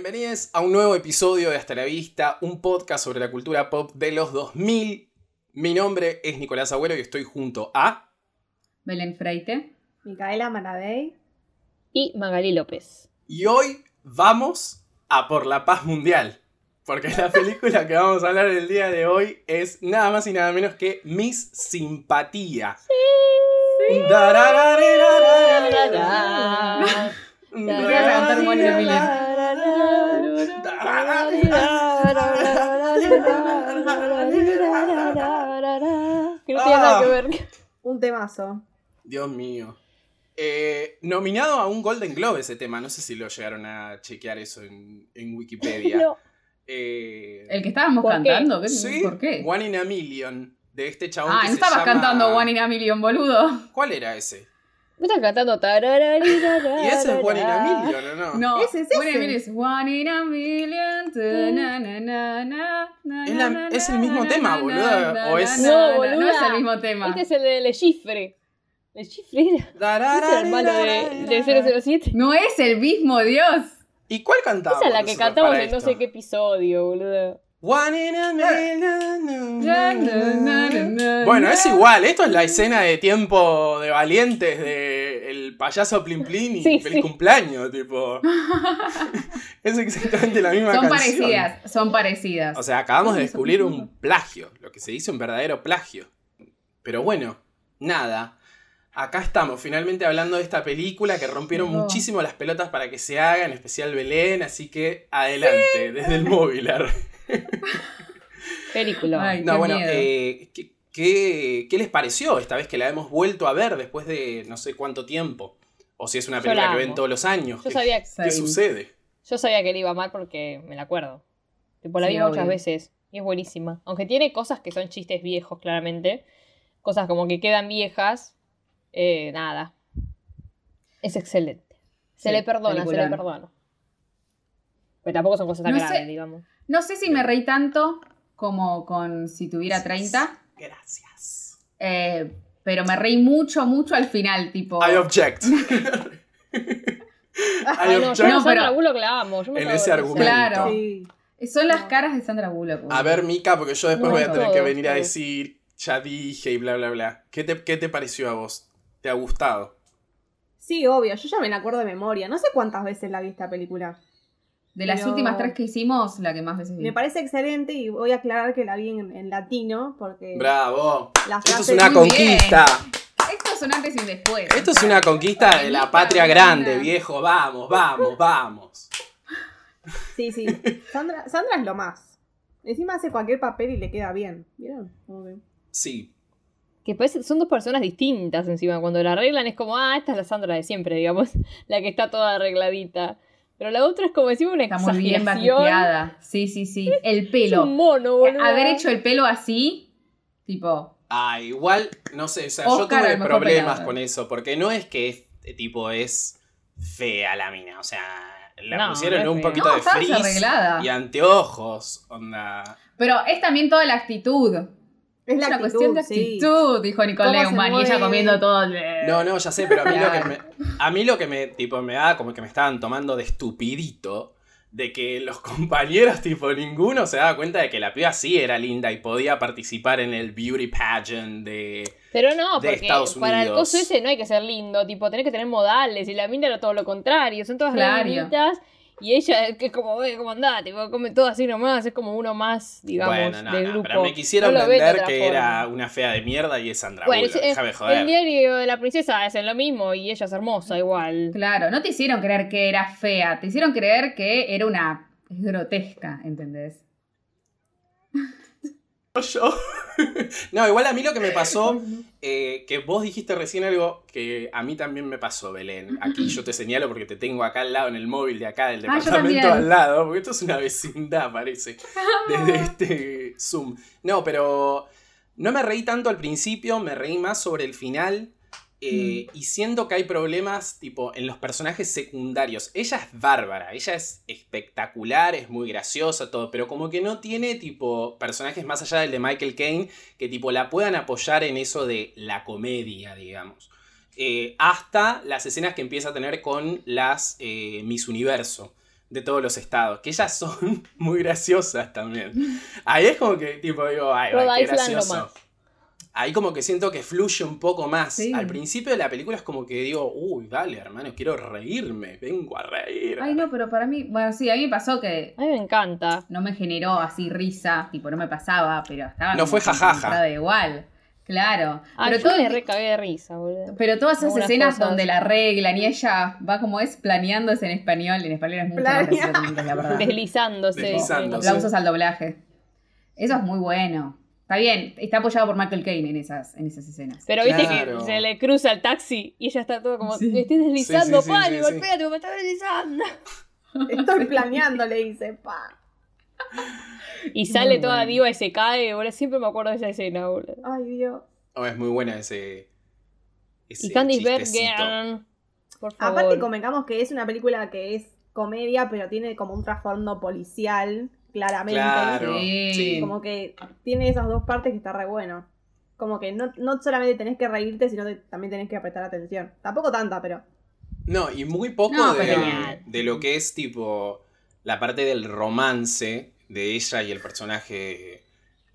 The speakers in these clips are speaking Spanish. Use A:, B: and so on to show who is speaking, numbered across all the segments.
A: Bienvenidos a un nuevo episodio de Hasta la Vista, un podcast sobre la cultura pop de los 2000. Mi nombre es Nicolás Agüero y estoy junto a...
B: Belén Freite.
C: Micaela Manadei.
D: y Magali López.
A: Y hoy vamos a por la paz mundial. Porque la película que vamos a hablar el día de hoy es nada más y nada menos que Miss Simpatía. Dararararararara.
B: levantar muerte,
D: Que no tiene nada que ver.
C: Un temazo.
A: Dios mío. Eh, nominado a un Golden Globe ese tema, no sé si lo llegaron a chequear eso en, en Wikipedia.
D: No.
A: Eh,
B: El que estábamos
D: ¿Por qué?
B: cantando, ¿qué?
A: sí,
B: ¿por qué?
A: One in a Million, de este chabón
B: Ah,
A: que
B: no
A: se
B: estabas
A: llama-
B: cantando One in a Million, boludo.
A: ¿Cuál era ese?
D: Me estás cantando tarararararara.
A: Y ese es One in a Million, ¿o no?
B: No,
C: Ese es
B: One in a
C: ese.
B: Million es One in a Million. ta,
D: Mm.
B: na, na, na, na, na,
A: Es la-
B: na,
A: es el
B: na,
A: mismo
B: na,
A: tema,
B: na,
A: boluda,
B: na,
A: ¿o
B: na,
A: es-
B: na,
D: No,
B: na, No
D: boluda.
B: es el mismo tema.
D: Este es el de Le Chiffre. Le Chiffre era. Ese era el malo de, de 007.
B: No es el mismo Dios.
A: ¿Y cuál cantaba?
D: Esa es la que cantamos en no sé qué episodio, boludo.
A: One in a Million.
B: Na, na, na, na, na,
A: Bueno,
B: na.
A: es igual, esto es la escena de tiempo de valientes de el payaso Plin Plin y
D: Sí,
A: feliz
D: sí.
A: cumpleaños, tipo. es exactamente la misma
B: Son
A: canción.
B: parecidas, son parecidas.
A: O sea, acabamos de
B: Sí,
A: descubrir
B: son
A: un plagio, lo que se dice un verdadero plagio. Pero bueno, nada. Acá estamos, finalmente hablando de esta película que rompieron
B: No.
A: muchísimo las pelotas para que se haga, en especial Belén, así que adelante, desde el móvil. ar.
D: Película.
B: Ay,
A: No,
B: qué
A: bueno,
B: miedo.
A: eh, ¿qué, qué, qué les pareció esta vez que la hemos vuelto a ver después de no sé cuánto tiempo? O si es una
D: Yo
A: película
D: la
A: que ven
D: amo.
A: todos los años.
D: Yo
A: ¿Qué,
D: sabía,
A: qué
B: Sí.
A: sucede?
D: yo sabía que le iba mal porque me la acuerdo. Tipo, la
B: Sí,
D: vi muchas
B: obvio.
D: veces. Y es buenísima. Aunque tiene cosas que son chistes viejos, claramente. Cosas como que quedan viejas. eh, nada. Es excelente. Se
B: Sí,
D: le perdona, se
B: peliculón.
D: le perdona. Pero tampoco son cosas tan
B: No sé.
D: graves, digamos.
B: No sé si me reí tanto como con si tuviera 30,
A: Gracias.
B: eh, pero me reí mucho, mucho al final, tipo.
A: I object. I
D: Ay, no, yo
A: object.
B: No,
D: a
B: pero-
D: Sandra Bullock la amo. yo me
A: En
D: cago
A: ese
D: de risa.
A: argumento.
B: Claro.
C: Sí.
B: Son las caras de Sandra Bullock. boludo.
A: A ver, Mika, porque yo después
D: No,
A: voy a tener que
D: todos,
A: venir a
D: todos.
A: decir, ya dije y bla, bla, bla. ¿Qué te, qué te pareció a vos? ¿Te ha gustado?
C: Sí, obvio. Yo ya me la acuerdo de memoria. No sé cuántas veces la vi esta película.
B: De las
C: Pero-
B: últimas tres que hicimos, la que más veces vi.
C: Me parece excelente y voy a aclarar que la vi en, en latino porque
A: ¡Bravo!
C: la frase...
A: Esto es una
B: muy bien.
A: conquista.
B: Esto es un antes y un después.
A: Esto es una conquista de la patria grande, viejo. Vamos, vamos, vamos.
C: Sí, sí. Sandra, Sandra es lo más. Encima hace cualquier papel y le queda bien. ¿Vieron? Como que-
A: Sí,
D: Que parece- son dos personas distintas encima. Cuando la arreglan es como, ah, esta es la Sandra de siempre, digamos. La que está toda arregladita. Pero la otra es como encima una
B: Está muy bien
D: exageración.
B: baqueteada. Sí, sí, sí. El
D: Es un
B: pelo.
D: mono, boludo.
B: Haber hecho el pelo así, tipo.
A: Ah, igual, no sé, o sea,
B: Oscar,
A: yo
B: el
A: tuve
B: mejor
A: problemas
B: peleador.
A: con eso, porque no es que este tipo es fea la mina, o sea, la
D: No,
A: pusieron
D: no es
A: un
D: fea.
A: poquito
B: No,
A: de
B: está
A: frizz
B: desarreglada.
A: y anteojos, onda.
B: Pero es también toda la actitud.
C: Es
B: Es
C: la
B: una
C: actitud,
B: cuestión de
C: sí.
B: actitud, dijo Nicole
C: Cómo se
B: Neumann. Y ella
C: mueve.
B: comiendo todo.
A: No, no, ya sé, pero a mí lo que me,
B: Claro.
A: a mí lo que me, tipo, me da como que me estaban tomando de estupidito, de que los compañeros, tipo, ninguno se daba cuenta de que la piba sí era linda y podía participar en el beauty pageant de...
D: Pero no,
A: de
D: porque
A: Estados
D: para el
A: Unidos.
D: coso ese no hay que ser lindo, tipo, tenés que tener modales. Y la mina era todo lo contrario, son todas
B: Claro.
D: reunitas. Y ella es que es como, eh, ¿cómo andá? Tipo, come todo así nomás, es como uno más, digamos,
A: bueno, no,
D: del
A: no,
D: grupo.
A: pero me quisieron
D: No lo ven de
A: vender
D: otra
A: que
D: forma.
A: era una fea de mierda y es Sandra
D: Bueno,
A: Bullock,
D: es-
A: déjame joder.
D: El diario de la princesa hacen lo mismo y ella es hermosa igual.
B: Claro, no te hicieron creer que era fea, te hicieron creer que era una grotesca, ¿entendés?
A: No, igual a mí lo que me pasó, eh, que vos dijiste recién algo que a mí también me pasó, Belén. Aquí yo te señalo porque te tengo acá al lado en el móvil de acá, del
B: Ah, yo
A: departamento
B: también.
A: al lado, porque esto es una vecindad, parece, desde este Zoom. No, pero no me reí tanto al principio, me reí más sobre el final. eh,
B: Mm.
A: Y siento que hay problemas tipo en los personajes secundarios. Ella es bárbara, ella es espectacular, es muy graciosa, todo, pero como que no tiene tipo personajes más allá del de Michael Caine que tipo la puedan apoyar en eso de la comedia, digamos. Eh, hasta las escenas que empieza a tener con las eh, Miss Universo, de todos los estados, que ellas son muy graciosas también. Ahí es como que, tipo, digo, ay,
D: Rhode
A: ay, qué
D: Island lo
A: gracioso.
D: más.
A: Ahí como que siento que fluye un poco más.
B: Sí.
A: Al principio de la película es como que digo, uy, dale, hermano, quiero reírme, vengo a reír.
B: Ay, no, pero para mí, bueno, sí, a mí me pasó que
D: A mí me encanta.
B: no me generó así risa, tipo, no me pasaba, pero estaba.
A: No
B: como
A: fue jajaja.
B: concentrada igual, claro.
D: Ah,
B: pero,
D: yo
B: todo-
D: me recagué de risa, boludo.
B: pero todas esas
D: Algunas
B: escenas
D: cosas.
B: donde la arreglan y ella va como es planeándose en español, en español es mucho más gracioso que en inglés, la verdad.
D: Deslizándose.
A: Deslizándose.
D: Sí.
B: Aplausos al doblaje. Eso es muy bueno. Está bien, está apoyado por Michael Caine en esas, en esas escenas.
D: Pero viste
A: Claro.
D: que se le cruza el taxi y ella está todo como,
B: Sí.
D: me estoy deslizando,
A: Sí, sí, sí,
D: palo,
A: sí, sí.
D: golpéate, me está deslizando.
C: Estoy planeando, le dice. Pa.
D: Y sale
B: Muy
D: toda
B: bueno.
D: diva y se cae, boludo. Siempre me acuerdo de esa escena, boludo.
C: Ay, Dios.
A: Oh, es muy buena ese. ese
D: Y Candice
A: chistecito.
D: Bergen. Por favor.
C: Aparte, convengamos que es una película que es comedia, pero tiene como un trasfondo policial, claramente.
A: Claro.
B: Sí.
A: sí.
C: Como que tiene esas dos partes que está re bueno. Como que no, no solamente tenés que reírte, sino que también tenés que prestar atención. Tampoco tanta, pero.
A: No, y muy poco
B: No, pero-
A: de, de lo que es tipo la parte del romance de ella y el personaje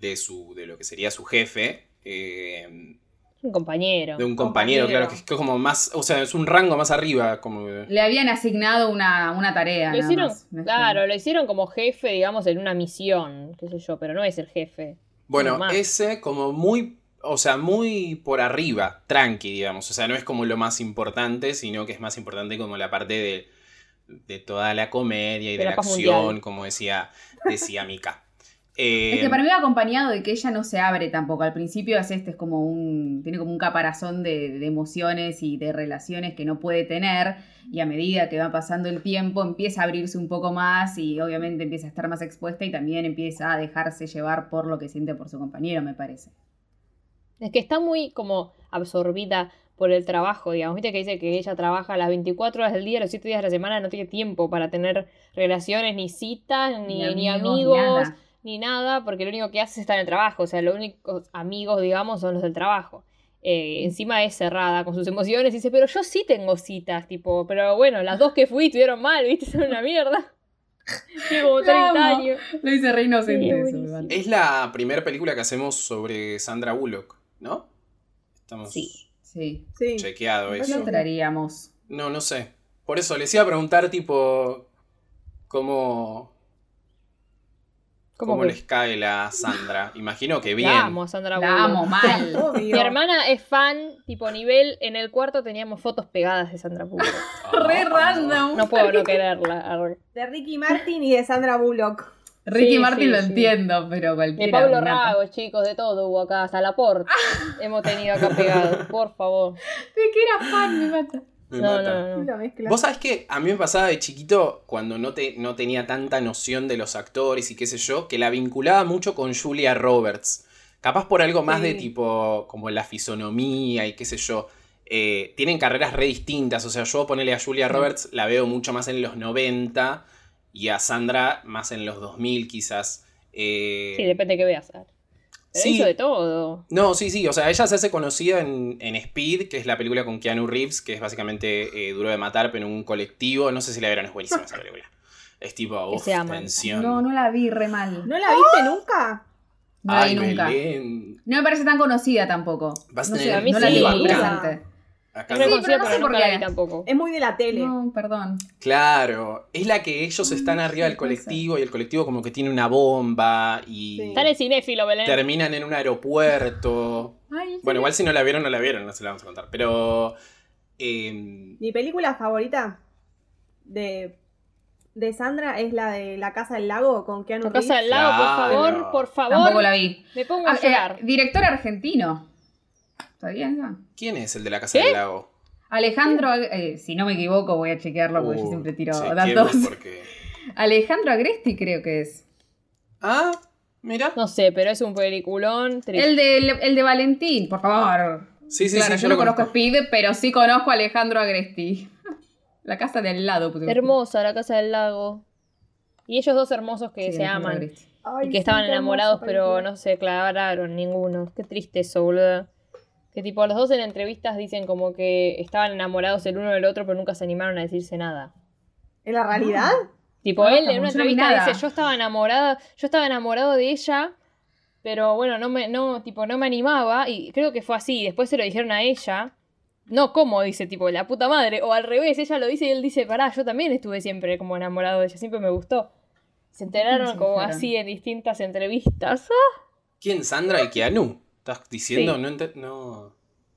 A: de su de lo que sería su jefe. eh,
D: un compañero.
A: de un compañero,
C: Compañero.
A: claro, que es como más, o sea, es un rango más arriba, como...
B: Le habían asignado una, una tarea.
D: Lo
B: nada
D: hicieron,
B: más. Ah, No es que-
D: claro, lo hicieron como jefe, digamos, en una misión, qué sé yo, pero no es el jefe.
A: Bueno,
D: Normal.
A: ese como muy, o sea, muy por arriba, tranqui, digamos. O sea, no es como lo más importante, sino que es más importante como la parte de, de toda la comedia y
D: De
A: de,
D: la
A: la,
D: paz
A: acción,
D: mundial.
A: como decía, decía Mika. Eh,
B: Es que para mí va acompañado de que ella no se abre tampoco. Al principio es este, es como un. tiene como un caparazón de, de emociones y de relaciones que no puede tener. Y a medida que va pasando el tiempo, empieza a abrirse un poco más y obviamente empieza a estar más expuesta y también empieza a dejarse llevar por lo que siente por su compañero, me parece.
D: Es que está muy como absorbida por el trabajo, digamos. Viste que dice que ella trabaja las 24 horas del día, los 7 días de la semana, no tiene tiempo para tener relaciones, ni citas, ni, ni amigos, ni nada.
B: nada.
D: porque lo único que hace es estar en el trabajo. O sea, los únicos amigos, digamos, son los del trabajo. Eh, encima es cerrada con sus emociones y dice, pero yo sí tengo citas, tipo, pero bueno, las dos que fui estuvieron mal, viste, son una mierda. Tiene como
B: La
D: 30
B: amo.
D: años.
B: Lo dice re inocente
D: Sí,
B: eso,
D: buenísimo.
B: me mata.
A: Es la primera película que hacemos sobre Sandra Bullock, ¿no? Estamos
D: Sí.
B: Sí.
C: Sí.
A: chequeado
C: No
A: eso.
B: Lo traeríamos.
A: No, no sé. Por eso les iba a preguntar, tipo, cómo,
D: ¿Cómo
A: cómo
D: que?
A: les cae la Sandra. Imagino que bien.
D: La amo, a Sandra Bullock.
B: La amo mal.
C: Obvio.
D: Mi hermana es fan, tipo nivel, en el cuarto teníamos fotos pegadas de Sandra Bullock.
A: Ah,
B: Re random.
D: No puedo no quererla. arre.
C: De Ricky Martin y de Sandra Bullock.
B: Ricky
D: Sí,
B: Martin
D: sí,
B: lo
D: sí.
B: entiendo, pero
D: De
B: cualquiera.
D: Pablo
B: me mata.
D: Rago, chicos, de todo hubo acá, hasta la por. Hemos tenido acá pegado, por favor.
B: De que era fan, me mata.
A: Me
D: No,
A: mata.
D: no, no.
C: Una mezcla.
A: Vos sabés que a mí me pasaba de chiquito, cuando no, te, no tenía tanta noción de los actores y qué sé yo, que la vinculaba mucho con Julia Roberts. Capaz por algo más
C: Sí.
A: de tipo, como la fisonomía y qué sé yo. Eh, tienen carreras re distintas, o sea, yo ponerle a Julia Roberts la veo mucho más en los 90 y a Sandra más en los 2000 quizás. Eh,
D: Sí, depende de qué veas. Pero
A: Sí.
D: hizo de todo.
A: no, sí, sí, o sea, ella se hace conocida en, en Speed, que es la película con Keanu Reeves, que es básicamente eh, duro de matar, pero en un colectivo. No sé si la vieron, es buenísima esa película. Es tipo,
D: Que
A: uff,
D: se aman.
A: tensión.
B: No, no la vi re mal.
C: ¿No la viste nunca?
B: No la
A: Ay,
B: vi nunca.
A: Belén.
B: No me parece tan conocida tampoco.
A: Vas a
B: no
A: tener
B: sé,
D: A mí
B: no la
D: sí.
B: tengo muy
C: Banca.
B: presente.
A: Acá no-
B: Sí,
D: Es reconocida,
B: pero no sé
D: pero
B: por
D: nunca la
B: qué.
D: vi tampoco.
C: Es muy de la tele.
B: No, perdón.
A: Claro, es la que ellos están
B: Mm,
A: arriba
B: sí,
A: del
B: puede ser.
A: colectivo y el colectivo como que tiene una bomba y
C: Sí.
D: Está en el cinéfilo, Belén.
A: terminan en un aeropuerto.
B: Ay,
A: Bueno, igual si no la vieron, no la vieron, no se la vamos a contar. Pero... em,
C: Mi película favorita de, de Sandra es la de La Casa del Lago con Keanu
D: La
C: Reeves.
D: casa del lago, por
A: Claro.
D: favor, por
B: tampoco
D: favor.
B: la vi.
D: Me pongo a
B: Ah, eh,
D: llorar.
B: director argentino. ¿Está bien? no?
A: ¿Quién es el de la Casa del Lago?
B: Alejandro, Ag- eh, si no me equivoco, voy a chequearlo porque yo
A: Uh,
B: siempre tiro
A: chequeemos
B: datos.
A: porque-
B: Alejandro Agresti creo que es.
A: Ah, mira.
D: No sé, pero es un peliculón. triste.
B: El de, el de Valentín, por favor.
A: Sí, sí,
B: claro,
A: sí,
B: yo no conozco Speed, pero sí conozco a Alejandro Agresti. La casa de al lado. pusieron.
D: Hermosa la casa del lago. Y ellos dos hermosos que
B: Sí,
D: se
B: Alejandro
D: aman.
B: Agresti.
C: Ay,
D: Y que
C: sí,
D: estaban
C: qué hermosa
D: enamorados, pero
C: película.
D: no se clavaron ninguno. Qué triste eso, boludo. Que tipo, los dos en entrevistas dicen como que estaban enamorados el uno del otro, pero nunca se animaron a decirse nada.
C: ¿En la realidad?
D: Tipo,
B: No,
D: él
B: como
D: en una
B: yo no vi
D: entrevista
B: nada.
D: dice, yo estaba enamorada, yo estaba enamorado de ella, pero bueno, no me, no, tipo, no me animaba, y creo que fue así, y después se lo dijeron a ella. No, ¿cómo? Dice, tipo, la puta madre. O al revés, ella lo dice y él dice, pará, yo también estuve siempre como enamorado de ella, siempre me gustó. Se enteraron
B: Se
D: como
B: dijeron.
D: así en distintas entrevistas.
A: ¿Quién? ¿Sandra y Keanu? ¿Estás diciendo?
D: Sí.
A: No, ente- no. Ah,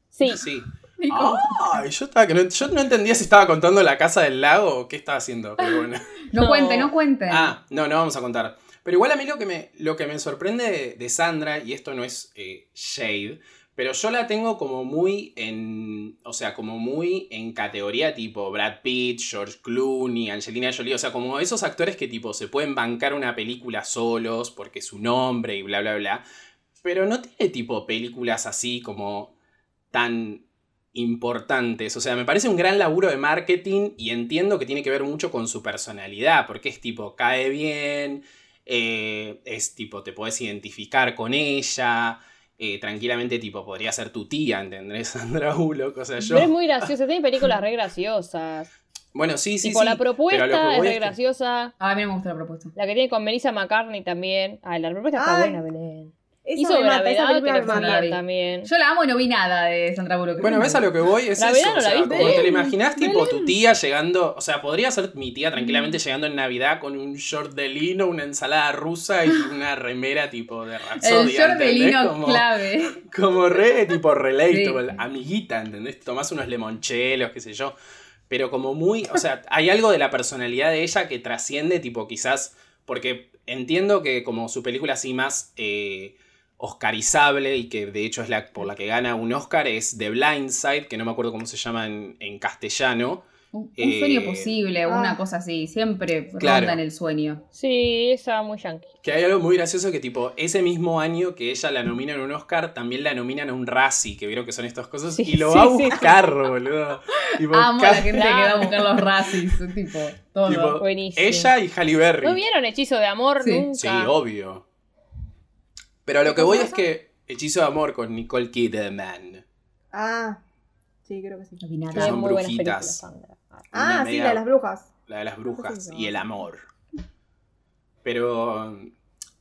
D: Sí,
A: Sí.
B: Nico.
A: Ay, yo, estaba que no, yo no entendía si estaba contando la casa del lago o qué estaba haciendo, pero bueno.
B: No cuente, no cuente.
A: Ah, no, no vamos a contar. Pero igual a mí lo que me, lo que me sorprende de, de Sandra, y esto no es eh, shade, pero yo la tengo como muy en. O sea, como muy en categoría tipo Brad Pitt, George Clooney, Angelina Jolie. O sea, como esos actores que tipo se pueden bancar una película solos porque es su nombre y bla, bla, bla. Pero no tiene tipo películas así como tan importantes. O sea, me parece un gran laburo de marketing y entiendo que tiene que ver mucho con su personalidad, porque es tipo, cae bien, eh, es tipo, te podés identificar con ella, eh, tranquilamente tipo, podría ser tu tía, ¿entendés? Sandra Bullock, o sea, yo...
D: pero es muy graciosa, tiene películas re graciosas.
A: Bueno, sí, sí,
D: tipo,
A: sí.
D: la
A: pero a lo
D: propuesta
A: que
D: es
A: voy
D: re
A: es que-
D: graciosa.
B: Ah, a mí no me gusta la propuesta.
D: La que tiene con Melissa McCartney también. Ay, la propuesta está
C: Ay.
D: buena, Belén.
C: Eso
D: Hizo
C: me mata, esa
D: Gravedad,
C: película
D: que
C: me
D: la fue
B: mata.
D: bien también.
B: Yo la amo y no vi nada de Sandra Bullock.
A: Bueno, ves a lo que voy, es
D: Navidad
A: eso.
D: no
A: o
D: la
A: sea,
D: viste.
A: como te la
C: Belén,
A: imaginás, tipo,
C: Belén.
A: tu tía llegando. O sea, podría ser mi tía tranquilamente llegando en Navidad con un short de lino, una ensalada rusa y una remera tipo de Rhapsody.
B: El short de
A: ¿entendés?
B: lino
A: Como-
B: clave.
A: Como re, tipo relatable,
B: Sí.
A: amiguita, ¿entendés? Tomás unos limonchelos, qué sé yo. Pero como muy, o sea, hay algo de la personalidad de ella que trasciende, tipo quizás, porque entiendo que como su película así más eh, oscarizable y que de hecho es la por la que gana un Oscar es The Blind Side, que no me acuerdo cómo se llama en, en castellano.
B: Un, un
A: Eh,
B: sueño posible,
C: ah.
B: una cosa así. Siempre
A: Claro.
B: ronda en el sueño.
D: Sí, esa muy yankee.
A: Que hay algo muy gracioso que tipo, ese mismo año que ella la nominan a un Oscar, también la nominan a un Razzie, que vieron que son estas cosas,
D: Sí,
A: y lo
D: sí,
A: va a
D: sí, sí.
A: buscar, boludo. Tipo,
B: Amo a la
A: cada-
B: gente que va a buscar los racis, tipo, todo.
A: Tipo,
D: Buenísimo.
A: Ella y Halle Berry.
D: ¿No vieron Hechizo de Amor
B: Sí.
D: nunca?
A: Sí, obvio. Pero a lo que voy es que Hechizo de Amor con Nicole Kidman.
C: Ah, sí, creo que sí.
B: No vi
A: Que
B: nada.
A: son
D: muy buenas
A: brujitas.
D: películas, Sandra.
A: Una
C: Ah, sí,
A: media-
C: la de las brujas.
A: La de las brujas
C: Sí, no.
A: y el amor. Pero.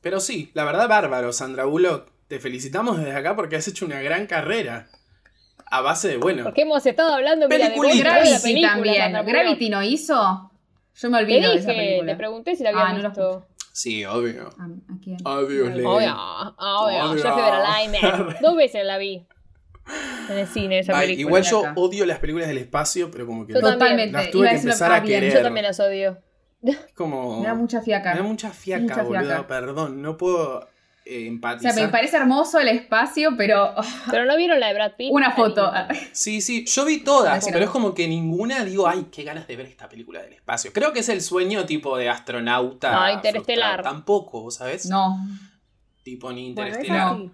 A: Pero sí, la verdad, bárbaro, Sandra Bullock. Te felicitamos desde acá porque has hecho una gran carrera. A base de, bueno.
D: Porque hemos estado hablando mira, de cómo
A: Peliculita.
D: era la
B: Gravity
D: película,
B: también.
D: Sandra Bullock.
B: ¿Gravity no hizo? Yo me
D: Te
B: olvido de esa
D: dije, te
B: película.
D: pregunté si la había
B: Ah, no la
D: visto.
A: Sí, obvio.
B: ¿A, a quién?
A: Obviously.
D: Obvio, obvio.
A: Obvio.
D: Yo fui a ver a IMAX. Dos veces la vi. En el cine esa
A: Ay,
D: película.
A: igual yo
B: acá.
A: odio las películas del espacio, pero como que
D: Yo
A: no-
D: también.
A: Las
B: Totalmente.
A: tuve
B: Iba a
A: que
B: decirlo
A: empezar a
B: abierto.
A: querer.
D: Yo también las odio.
A: como.
B: Me da mucha fiaca.
A: Me da mucha fiaca,
B: Mucha
A: boludo.
B: fiaca.
A: Perdón, no puedo eh,
B: O sea,
A: empatizar.
B: me parece hermoso el espacio, pero oh,
D: Pero no vieron la de Brad Pitt.
B: una foto. Ah,
A: Sí, sí, yo vi todas,
B: Imagínate.
A: pero es como que ninguna digo, ay, qué ganas de ver esta película del espacio. Creo que es el sueño tipo de astronauta.
D: Ah, Interestelar.
A: frustrado. Tampoco, ¿sabes?
B: No.
A: Tipo ni
C: Bueno, esa
A: Interestelar.
C: sí.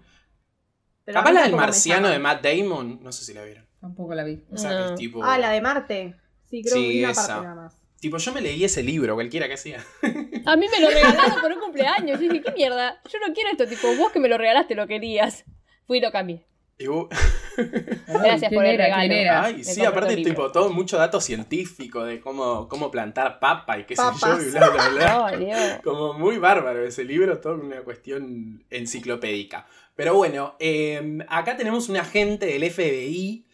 C: Pero
A: Capaz
C: a mí
A: la del
C: tampoco me
A: marciano
C: llama.
A: de Matt Damon, no sé si la vieron.
B: Tampoco la vi.
A: O sea, que es
D: No.
A: tipo.
C: Ah, la de Marte. Sí, creo
A: Sí,
C: que vi una
A: esa.
C: parte nada más.
A: Tipo, yo me leí ese libro, cualquiera que sea.
D: A mí me lo regalaron por un cumpleaños. Yo dije, ¿qué mierda? Yo no quiero esto. Tipo, vos que me lo regalaste lo querías. Fui y lo cambié.
A: Y vos-
D: Gracias
B: Ah, ¿Quién
D: por el
B: era?
D: regalo.
B: ¿Quién era?
A: Ay,
D: me
A: sí,
D: compré
A: aparte,
D: otro libro.
A: tipo, todo mucho dato científico de cómo, cómo plantar papa y qué sé yo,
C: Papas.
A: y bla, bla, bla.
D: Ay, Dios.
A: Como muy bárbaro ese libro, toda una cuestión enciclopédica. Pero bueno, eh, acá tenemos un agente del FBI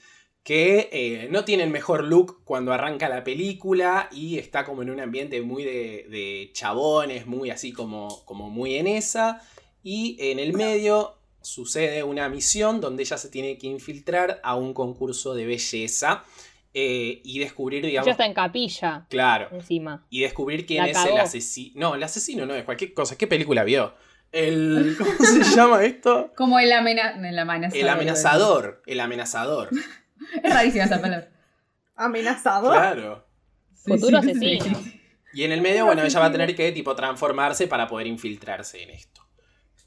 A: que eh, no tiene el mejor look cuando arranca la película y está como en un ambiente muy de, de chabones, muy así como, como muy en esa. Y en el medio sucede una misión donde ella se tiene que infiltrar a un concurso de belleza eh, y descubrir, digamos...
D: Ella está en capilla,
A: Claro
D: encima.
A: y descubrir quién
D: La
A: es
D: cagó.
A: el asesino. No, el asesino no, es cualquier cosa. ¿Qué película vio? El. ¿Cómo se llama esto?
B: Como el, amena- el amenazador.
A: El amenazador. El amenazador.
B: Es rarísima esa palabra.
C: Amenazador.
A: Claro.
B: Sí,
D: Futuro
B: sí, sí.
D: asesino.
A: Y en el medio, bueno, ella va a tener que tipo transformarse para poder infiltrarse en esto.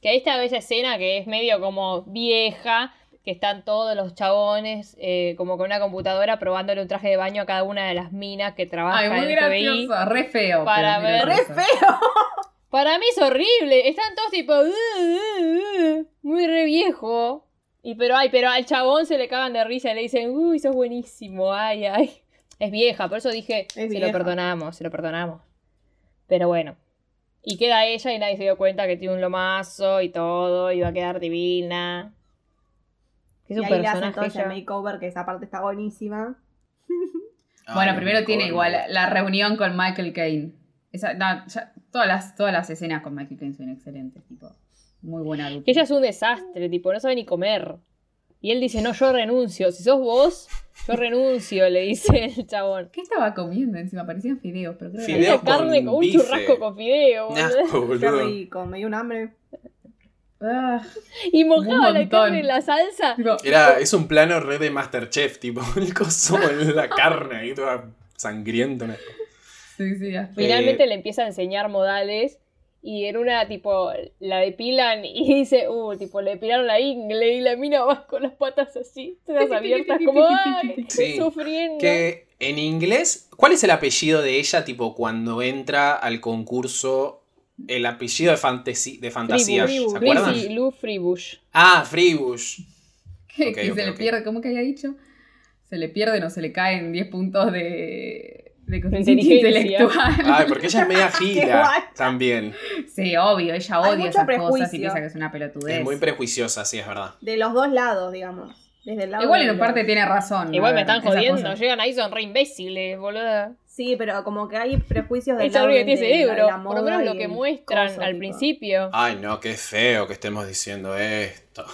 D: Que ahí está esa escena que es medio como vieja, que están todos los chabones eh, como con una computadora probándole un traje de baño a cada una de las minas que trabaja
B: Ay,
D: en
B: muy
D: el FBI.
B: gracioso. Re feo.
D: Para
B: pero muy
D: ver-
B: gracioso.
D: Para mí es horrible. Están todos tipo. "Uh, uh, uh", muy re viejo. Y pero ay, pero al chabón se le cagan de risa y le dicen, uy, sos buenísimo, ay, ay. Es vieja, por eso dije, se
C: vieja.
D: lo perdonamos, se lo perdonamos. Pero bueno. Y queda ella y nadie se dio cuenta que tiene un lomazo y todo, y va a quedar divina. Es
C: Y
D: un
C: ahí le hacen
D: personaje.
C: todo ese
D: ella.
C: makeover, que esa parte está buenísima.
A: Ah,
B: bueno,
A: no,
B: primero
A: me
B: tiene
A: acuerdo.
B: igual la reunión con Michael Caine. Esa- no, ya- todas, las, todas las escenas con Michael Caine son excelentes, tipo. Muy buena dupla.
D: Que ella es un desastre, tipo, no sabe ni comer. Y él dice, no, yo renuncio. Si sos vos, yo renuncio, le dice el chabón.
B: ¿Qué estaba comiendo encima? Parecían fideos, pero creo que-
A: Fideo Fideos.
D: Esa carne
A: con
D: con un
A: bife.
D: churrasco con fideo, boludo.
A: Asco,
C: Qué
A: boludo.
C: rico, me dio un hambre.
B: Ah,
D: Y mojaba
B: Un
D: la
B: montón.
D: carne en la salsa.
B: tipo,
A: Era, es un plano re de Masterchef, tipo, el coso en la carne ahí toda sangriento. ¿no?
B: sí, sí, asco.
D: Finalmente le empieza a enseñar modales. Y en una, tipo, la depilan y dice, uh, tipo, le depilaron la ingle y la mina va con las patas así, todas abiertas, como, ay,
A: Sí.
D: sufriendo.
A: Que en inglés, ¿cuál es el apellido de ella, tipo, cuando entra al concurso? El apellido de, fantasi- de fantasía,
D: Freebush.
A: ¿se acuerdan?
D: Lizzie Lou Freebush.
A: Ah, Freebush.
B: Que,
A: Ok,
B: que
A: ok,
B: se le
A: ok.
B: pierde, ¿cómo que había dicho? Se le pierden o se le caen 10 puntos de, de coeficiente
D: Inteligencia.
B: intelectual.
A: Ay, porque ella es media
C: guay.
A: gila también.
B: Sí, obvio, ella
C: Hay
B: odia
C: mucho
B: esas cosas y
C: prejuicio.
B: piensa que es una pelotudez.
A: Es muy prejuiciosa, sí, es verdad.
C: De los dos lados, digamos. Desde el lado
B: Igual
C: de
B: en
C: los-
B: parte tiene razón.
D: Igual
B: a
D: me
B: ver,
D: están
B: esas
D: jodiendo,
B: cosas.
D: llegan ahí son re imbéciles, boluda.
C: Sí, pero como que hay prejuicios del
D: El
C: lado
D: chabón
C: de
D: que tiene
C: de la-
D: cerebro,
C: la
D: por lo
C: moda
D: menos
C: y
D: lo que
C: el
D: muestran
C: coso,
D: al
C: tipo.
D: principio.
A: Ay, no, qué feo que estemos diciendo esto.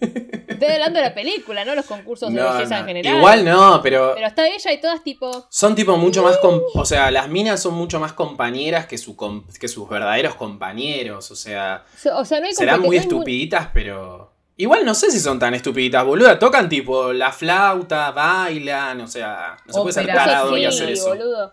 D: Estoy hablando de la película, no los concursos de
A: No,
D: belleza
A: no.
D: en general.
A: Igual no, pero
D: Pero está ella y todas tipo,
A: Son tipo mucho más... com- o sea, las minas son mucho más compañeras que, su com- que sus verdaderos compañeros. O sea,
D: so- o sea, no hay
A: serán muy
D: competencia, no hay mu-
A: estupiditas, pero... Igual no sé si son tan estupiditas, boluda. Tocan tipo la flauta, bailan, o sea... No se puede ser
B: Ópera.
A: tarado y
D: Oh, Eso
A: hacer
D: sí,
A: eso.
D: boludo.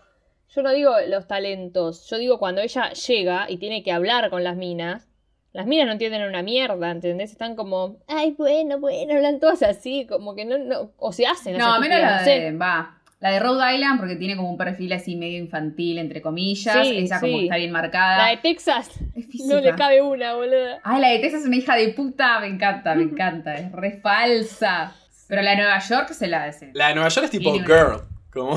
D: Yo no digo los talentos, yo digo cuando ella llega y tiene que hablar con las minas. Las minas no entienden una mierda, ¿entendés? Están como, ay, bueno, bueno, hablan todas así, como que no, no o se hacen las
B: No, a menos
D: estúpidas,
B: la
D: no sé.
B: de, va, la de Rhode Island porque tiene como un perfil así medio infantil, entre comillas.
D: Sí,
B: esa como
D: sí.
B: que está bien
D: La
B: marcada.
D: de Texas,
B: Es física.
D: no le cabe una, boluda.
B: Ay, la de Texas es una hija de puta. Me encanta, me encanta. Es re falsa. Pero la de Nueva York se la hace.
A: La de Nueva York es tipo
B: Tiene
A: girl, como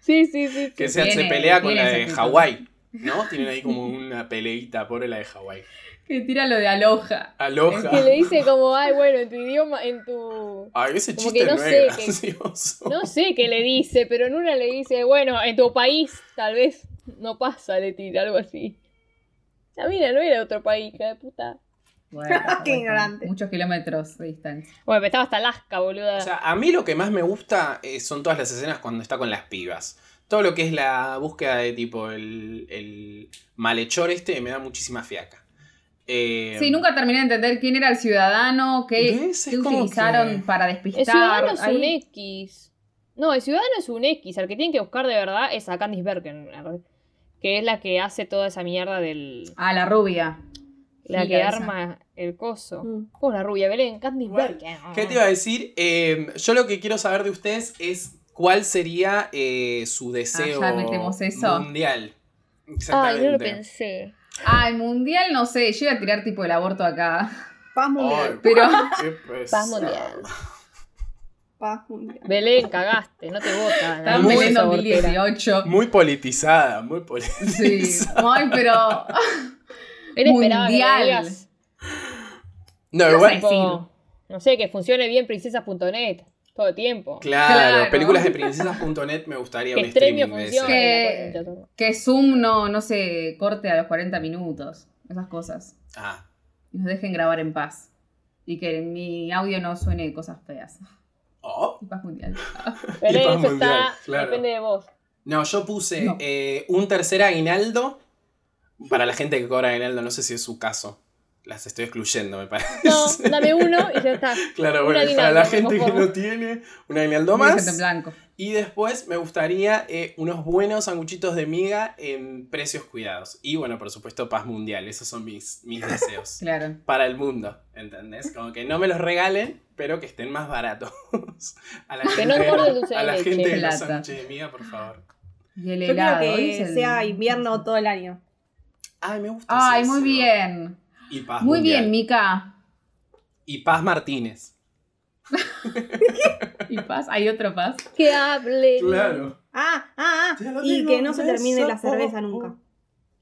D: Sí, sí, sí. sí.
A: que se, se
B: Tiene-
A: pelea con
B: tiene
A: la
B: ese
A: de
B: tipo.
A: Hawái, ¿no? Tienen ahí como una peleita, pobre la de Hawái.
B: Que tira lo de aloja.
A: Aloha.
D: Que le dice como, ay, bueno, en tu idioma, en tu...
A: Ay, ese
D: Como
A: chiste
D: que no
A: no
D: sé,
A: es
D: que-
A: gracioso.
D: No sé qué le dice, pero en una le dice, bueno, en tu país tal vez no pasa, le tira algo así. La mina no era de otro país, hija de puta.
B: Bueno, está
C: Qué
B: bueno,
C: ignorante.
B: Muchos kilómetros de distancia.
D: Bueno, pero estaba hasta Alaska, boluda.
A: O sea, a mí lo que más me gusta eh, son todas las escenas cuando está con las pibas. Todo lo que es la búsqueda de tipo el, el malhechor este me da muchísima fiaca. Eh,
B: Sí, nunca terminé de entender quién era el ciudadano, qué,
A: ¿Ves? Es
B: qué
A: como
B: utilizaron
A: que-
B: para
D: el
B: despistar.
D: ciudadano es un
B: Ahí-
D: X. No, el ciudadano es un X. Al que tienen que buscar de verdad es a Candice Bergen, que es la que hace toda esa mierda del...
B: Ah, la rubia.
D: La
B: Sí,
D: que
B: esa.
D: arma el coso.
C: Mm.
D: Con la rubia, Belén, Candice
A: Igual,
D: Bergen.
A: ¿Qué te iba a decir? Eh, yo lo que quiero saber de ustedes es cuál sería eh, su deseo
B: Ah, ya metemos eso.
A: mundial.
D: Ay,
A: Exactamente.
D: no lo pensé.
B: Ah, el mundial, no sé, yo iba a tirar tipo el aborto acá.
C: Paz mundial.
A: Ay,
B: Pero
A: qué pues? pesado.
D: Paz mundial.
C: Paz mundial.
D: Belén, cagaste, no te votan.
B: estaban
A: Muy
D: Hermosa
B: peleando en
D: abortera.
B: 2018.
A: Muy politizada, muy politizada.
B: Sí. Ay, pero.
D: Él esperaba que
B: Mundial.
D: le digas,
A: No,
B: No
A: igual.
B: sé.
D: tipo,
B: Decir.
D: no sé, que funcione bien princesas.net todo el tiempo.
A: Claro,
B: Claro.
A: películas de princesas.net me gustaría
D: que
A: un
D: el premio
A: streaming de ese. eh.
B: Que-
D: funcione. la concha.
B: Que Zoom no, no se corte a los 40 minutos. Esas cosas.
A: Ah,
B: Y Nos dejen grabar en paz. Y que mi audio no suene cosas feas.
A: oh.
B: Y Paz mundial.
D: Belén,
A: Y paz
D: eso
A: mundial,
D: está,
A: claro.
D: depende de vos.
A: No, yo puse
B: No.
A: eh, un tercer aguinaldo. Para la gente que cobra aguinaldo, no sé si es su caso. Las estoy excluyendo, me parece.
D: No, dame uno y ya está.
A: claro,
D: un
A: bueno, y para
D: aguinaldo,
A: la
D: me
A: gente que
D: conformo.
A: no tiene, un aguinaldo
B: Virgen en
A: más.
B: blanco.
A: Y después me gustaría eh, unos buenos sanguchitos de miga en precios cuidados. Y bueno, por supuesto, paz mundial. Esos son mis, mis deseos.
B: Claro.
A: para el mundo, ¿entendés? Como que no me los regalen, pero que estén más baratos. a la
D: Que no engorde el dulce
A: a
D: de
A: la
D: leche.
A: gente de los
B: Plata.
A: sándwiches de miga, por favor.
B: Y el
C: Yo quiero
B: helado. hoy
C: que
B: es el-
C: sea invierno todo el año.
A: Ay, me gusta. ese
B: Ay, muy
A: deseo.
B: bien.
A: Y Paz
B: Muy
A: Mundial.
B: bien, Mica.
A: Y Paz Martínez.
B: Y paz. Hay otro paz.
D: Que hable.
C: Ah, ah,
A: Te
C: ah.
A: lo
C: Y
A: digo,
C: que no se
A: beso,
C: termine la
A: po, po.
C: cerveza nunca.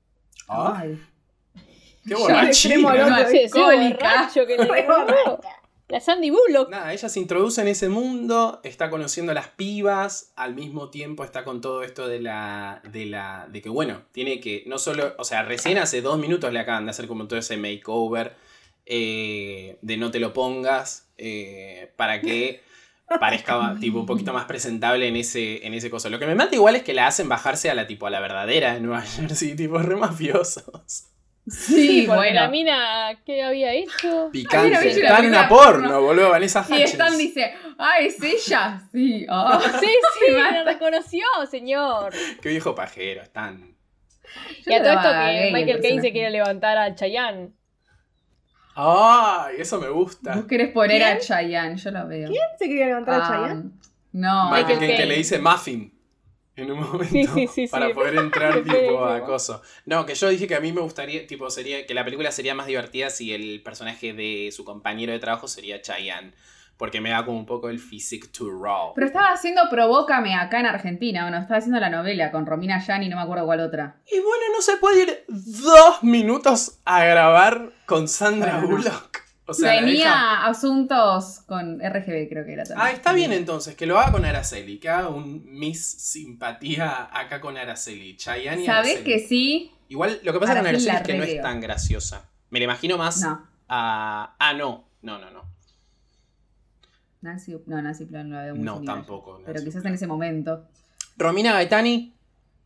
A: Ah,
B: Ay.
A: qué
C: extremo
A: borrachina.
C: al otro.
D: No, ese ese
B: alcohólica.
D: borracho que le- La Sandy Bullock.
A: Nada, ella se introduce en ese mundo, está conociendo a las pibas, al mismo tiempo está con todo esto de la. de la. de que bueno, tiene que. No solo. O sea, recién hace dos minutos le acaban de hacer como todo ese makeover eh, de no te lo pongas. eh, para que parezca tipo un poquito más presentable en ese, en ese coso. Lo que me mata igual es que la hacen bajarse a la tipo a la verdadera de Nueva Jersey, tipo re mafiosos.
B: Sí,
D: porque La
B: bueno.
D: mina, ¿qué había hecho?
B: Ay,
A: Picante.
B: mira,
A: Están
B: mira,
A: una
B: mira,
A: porno, boludo, Vanessa
B: Y
A: Hutchins.
B: Stan dice, ah, es ella. Sí, ah.
D: Sí, sí, la reconoció, señor.
A: Qué viejo pajero, están.
D: Y a
B: Yo
D: todo
B: la
D: esto que
B: gay,
D: Michael
B: el
D: Caine se
B: personaje.
D: quiere levantar a Chayanne.
A: ¡Ay! Eso me gusta.
B: Vos querés poner a Chayanne, yo lo veo.
C: ¿Quién se quería levantar a
B: Ah,
C: Chayanne?
B: No,
A: Michael
D: Michael
A: Caine que
D: Caine.
A: le dice muffin en un momento
D: Sí, sí, sí, sí.
A: para poder entrar tipo a
D: Buenísimo.
A: coso. No, que yo dije que a mí me gustaría, tipo, sería que la película sería más divertida si el personaje de su compañero de trabajo sería Chayanne. Porque me da como un poco el physique to raw.
B: Pero estaba haciendo Provócame acá en Argentina, bueno, estaba haciendo la novela con Romina Yanni, no me acuerdo cuál otra.
A: Y bueno, no se puede ir dos minutos a grabar con Sandra
B: Bueno, no.
A: Bullock. O sea, la
B: Tenía
A: deja-
B: asuntos con RGB, creo que era también.
A: Ah, está bien entonces, que lo haga con Araceli, que haga un Miss Simpatía acá con Araceli. Chayanne y
B: ¿Sabés
A: Araceli.
B: que sí?
A: Igual lo que pasa con
B: Ahora sí
A: Araceli
B: la
A: es que no es
B: reveo.
A: tan graciosa. Me la imagino más
B: No,
A: a. Ah, no. No, no, no.
B: Nancy, no, Nancy Plan no la veo muy
A: No,
B: genial.
A: tampoco.
B: Pero
A: Nancy.
B: quizás en ese momento.
A: Romina Gaetani,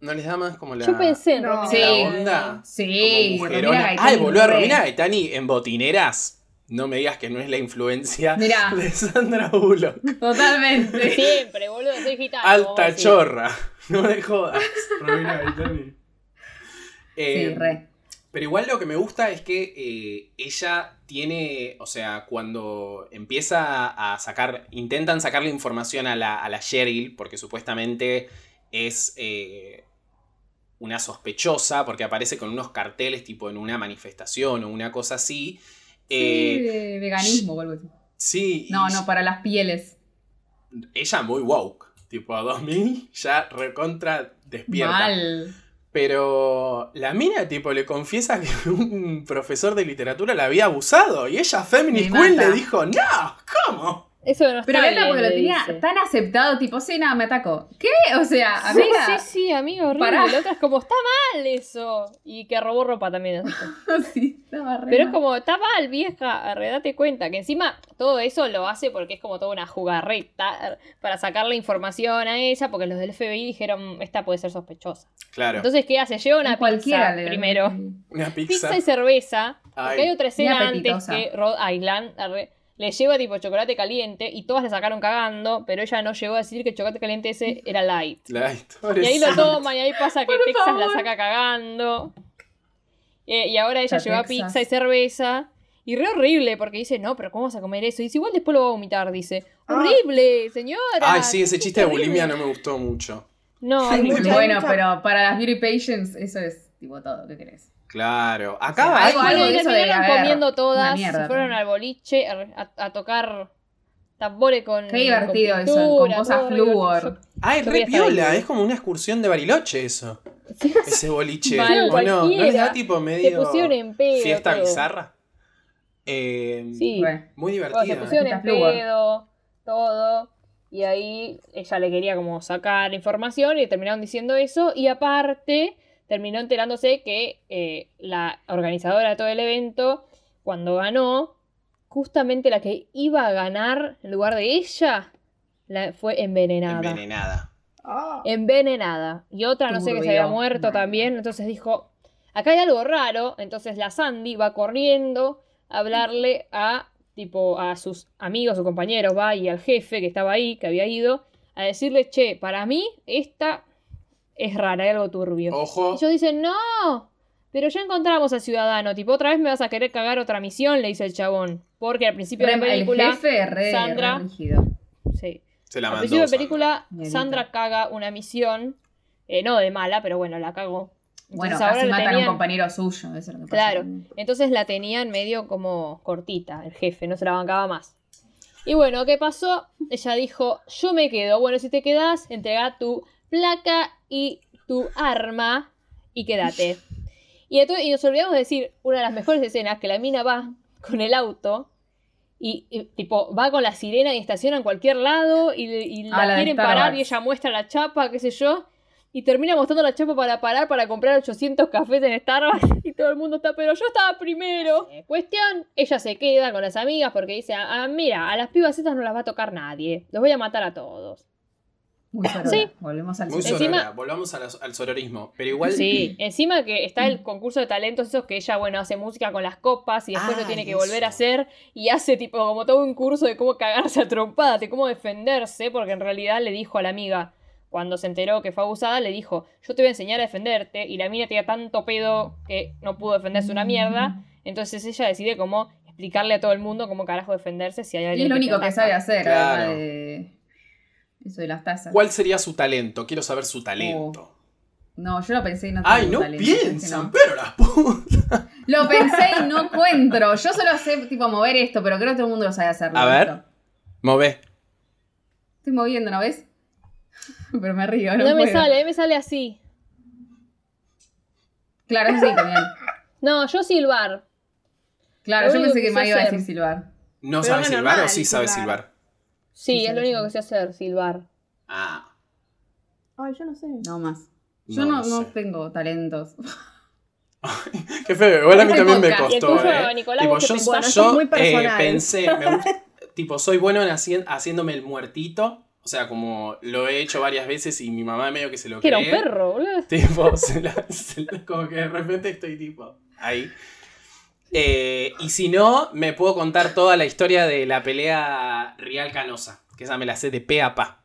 A: ¿no les da más como la,
D: Yo pensé en
C: No.
D: Romina
B: Sí.
A: la
D: Gaetani.
A: onda?
B: Sí,
A: como
B: Romina
A: mujerona.
B: Gaetani,
A: Ay, boludo,
B: re.
A: Romina Gaetani en botineras. No me digas que no es la influencia
B: Mirá,
A: de Sandra Bullock.
B: totalmente.
D: Siempre, boludo, soy gitano.
A: Alta
B: Oh,
D: vos, sí.
A: chorra. No me jodas. Romina Gaetani. Eh,
B: Sí, re.
A: Pero igual lo que me gusta es que eh, ella tiene, o sea, cuando empieza a sacar, intentan sacarle información a la, a la Cheryl, porque supuestamente es eh, una sospechosa, porque aparece con unos carteles tipo en una manifestación o una cosa así. Eh,
B: Sí, de veganismo o algo así.
A: sí, y
B: No, no, para las pieles.
A: ella muy woke, tipo a 2000 ya recontra despierta.
B: Mal.
A: Pero la mina, tipo, le confiesa que un profesor de literatura la había abusado. Y ella, Feminist
B: Me
A: Queen,
B: mata.
A: le dijo, no, ¿cómo?
D: Eso no está
B: Pero
D: bien,
B: neta, porque lo
D: le
B: tenía
D: dice.
B: tan aceptado, tipo, sí, nada, me atacó. ¿Qué? O sea, amiga.
D: Sí, sí, sí, amigo, horrible.
B: Pará.
D: La otra es como, está mal eso. Y que robó ropa también.
B: Sí, estaba re
D: Pero es
B: mal.
D: como, está mal, vieja, arre, date cuenta. Que encima todo eso lo hace porque es como toda una jugarreta para sacarle información a ella, porque los del FBI dijeron, esta puede ser sospechosa.
A: Claro,
D: Entonces, ¿qué hace? Lleva una pizza
B: le-
D: primero.
A: una pizza.
D: Pizza y cerveza.
A: Ay,
D: Porque hay otra escena antes
B: apetitosa.
D: que Rod Island arre, le lleva tipo chocolate caliente y todas le sacaron cagando, pero ella no llegó a decir que el chocolate caliente ese era light.
A: la
D: Y
A: historia
D: ahí lo
A: es-
D: toma y ahí pasa que
B: Por
D: Texas la
B: favor.
D: saca cagando. Eh, y ahora ella
B: La
D: lleva
B: Texas.
D: pizza y cerveza. Y re horrible, porque dice, no, pero ¿cómo vas a comer eso? Y dice, igual después lo va a vomitar, dice.
C: Ah.
D: ¡Horrible, señora!
A: Ay, sí, ese chiste de
D: horrible.
A: bulimia no me gustó mucho.
D: No,
C: Ay,
D: horrible.
C: mucha-
B: Bueno,
C: mucha-
B: pero para las beauty patients eso es tipo todo, ¿qué querés?
A: Claro.
B: O
A: Acá
B: sea,
A: hay
B: algo- algo
D: Bueno, y
B: de
D: se
B: eso debe
D: terminaron
B: haber.
D: comiendo
B: Una
D: todas,
B: mierda,
D: se fueron
B: ¿no?
D: al boliche a, a- a tocar tambores con
B: Qué divertido
D: con
B: eso, con
D: pintura,
B: cosas
D: todo re divertido.
B: flúor.
A: Ay,
D: Yo
A: re
D: voy a estar
A: piola.
D: ahí.
A: Es como una excursión de Bariloche eso. Ese boliche.
D: Mal,
A: ¿O no? ¿No les da
D: cualquiera.
A: tipo
D: Se
A: medio
D: pusieron en pedo.
A: fiesta
D: todo.
A: bizarra? Eh,
D: Sí.
B: Bueno,
A: Muy
D: Bueno, se
A: divertida.
D: pusieron
B: Fiesta
D: en
B: flúor.
D: pedo, todo. Y ahí ella le quería como sacar información y terminaron diciendo eso. Y aparte, terminó enterándose que eh, la organizadora de todo el evento, cuando ganó, justamente la que iba a ganar en lugar de ella, la, fue envenenada.
A: Envenenada.
C: Ah.
D: envenenada. Y otra, no sé, que se había
B: Turbio.
D: muerto
B: No.
D: también. Entonces dijo, acá hay algo raro. Entonces la Sandy va corriendo a hablarle a, tipo, a sus amigos o compañeros, va, y al jefe que estaba ahí, que había ido, a decirle, che, para mí esta es rara, hay algo turbio. Y
A: Ojo.
D: ellos dicen, no, pero ya encontramos al ciudadano. Tipo, otra vez me vas a querer cagar otra misión, le dice el chabón. Porque al principio de la
B: re- el
D: película...
B: jefe re,
D: Sandra.
B: re rígido.
D: Sí.
A: Se la
D: Al
A: mandó.
D: principio de la
A: Sandra.
D: película,
B: Mierda.
D: Sandra caga una misión, eh, no de mala, pero bueno, la cagó. Entonces
B: Bueno,
D: ahora
B: casi
D: la
B: matan a un
D: tenían-
B: compañero suyo, eso es lo que pasa.
D: Claro. Entonces la tenían medio como cortita, el jefe, no se la bancaba más. Y bueno, ¿qué pasó? Ella dijo, yo me quedo. Bueno, si te quedas, entrega tu placa y tu arma y quédate. Y, entonces- y nos olvidamos de decir una de las mejores escenas, que la mina va con el auto y, y, tipo va con la sirena y estaciona en cualquier lado y, y
B: Ah,
D: la,
B: la de
D: quieren parar
B: Starbucks.
D: y ella muestra la chapa, qué sé yo. Y termina mostrando la chapa para parar para comprar 800 cafés en Starbucks y todo el mundo está, pero yo estaba primero. Cuestión, ella se queda con las amigas porque dice, ah, mira, a las pibas estas no las va a tocar nadie, los voy a matar a todos.
B: Muy sorora.
D: Sí.
B: Volvemos al
A: Muy
B: sorora.
A: sorora,
D: Encima-
A: volvamos a la- al sororismo. Pero igual.
D: Sí, encima que está el concurso de talentos, esos que ella, bueno, hace música con las copas y después
A: Ah,
D: lo tiene que
A: eso.
D: volver a hacer y hace tipo como todo un curso de cómo cagarse a trompadas, de cómo defenderse, porque en realidad le dijo a la amiga, cuando se enteró que fue abusada, le dijo, yo te voy a enseñar a defenderte y la mina tenía tanto pedo que no pudo defenderse una
B: Mm.
D: mierda, entonces ella decide cómo explicarle a todo el mundo cómo carajo defenderse si hay
B: Y
D: alguien...
B: es lo
D: te
B: único que
D: ataca.
B: sabe hacer, además
A: Claro.
B: de eso de las tazas.
A: ¿Cuál sería su talento? Quiero saber su talento.
B: No, yo lo pensé y no
A: Ay,
B: tengo
A: no
B: talento,
A: piensan,
B: así que
A: pero las putas.
B: no. Lo pensé y no encuentro. Yo solo sé tipo mover esto, pero creo que todo el mundo lo sabe hacer. ¿no?
A: A ver.
B: Esto.
A: Move.
B: Estoy moviendo, ¿no ves? Pero me río, no,
D: No me
B: puedo.
D: sale, eh, me sale así.
B: Claro, eso sí también.
D: No, yo silbar.
B: Claro,
D: Lo
B: yo
D: único
B: pensé
D: que
B: que
D: sé
B: me iba a
D: hacer.
B: decir silbar.
A: ¿No
C: Pero
A: sabe
C: no
A: silbar
C: normal
A: o sí sabe
C: silbar.
A: silbar?
D: Sí,
B: Sí,
D: es
B: sí,
D: lo único
B: sí.
D: que sé hacer, silbar.
A: Ah.
C: Ay, yo no sé.
B: No más. Yo no,
A: no
B: no
A: sé.
B: tengo talentos.
A: Qué feo, igual a mí
B: El
A: también me
B: podcast.
D: Y el
A: costó.
D: tuyo,
A: ¿eh?
D: Nicolás,
A: Tipo,
D: vos que
A: yo,
C: Bueno, esto
A: yo
C: es muy personal.
A: eh, pensé, me gust- tipo, soy bueno en haci- haciéndome el muertito. O sea, como lo he hecho varias veces y mi mamá medio que se lo
D: Que
A: cree.
D: era un perro, boludo.
A: Tipo, se la- se la- como que de repente estoy tipo ahí. Eh, y si no, me puedo contar toda la historia de la pelea Real Canosa, que esa me la sé de pe a pa.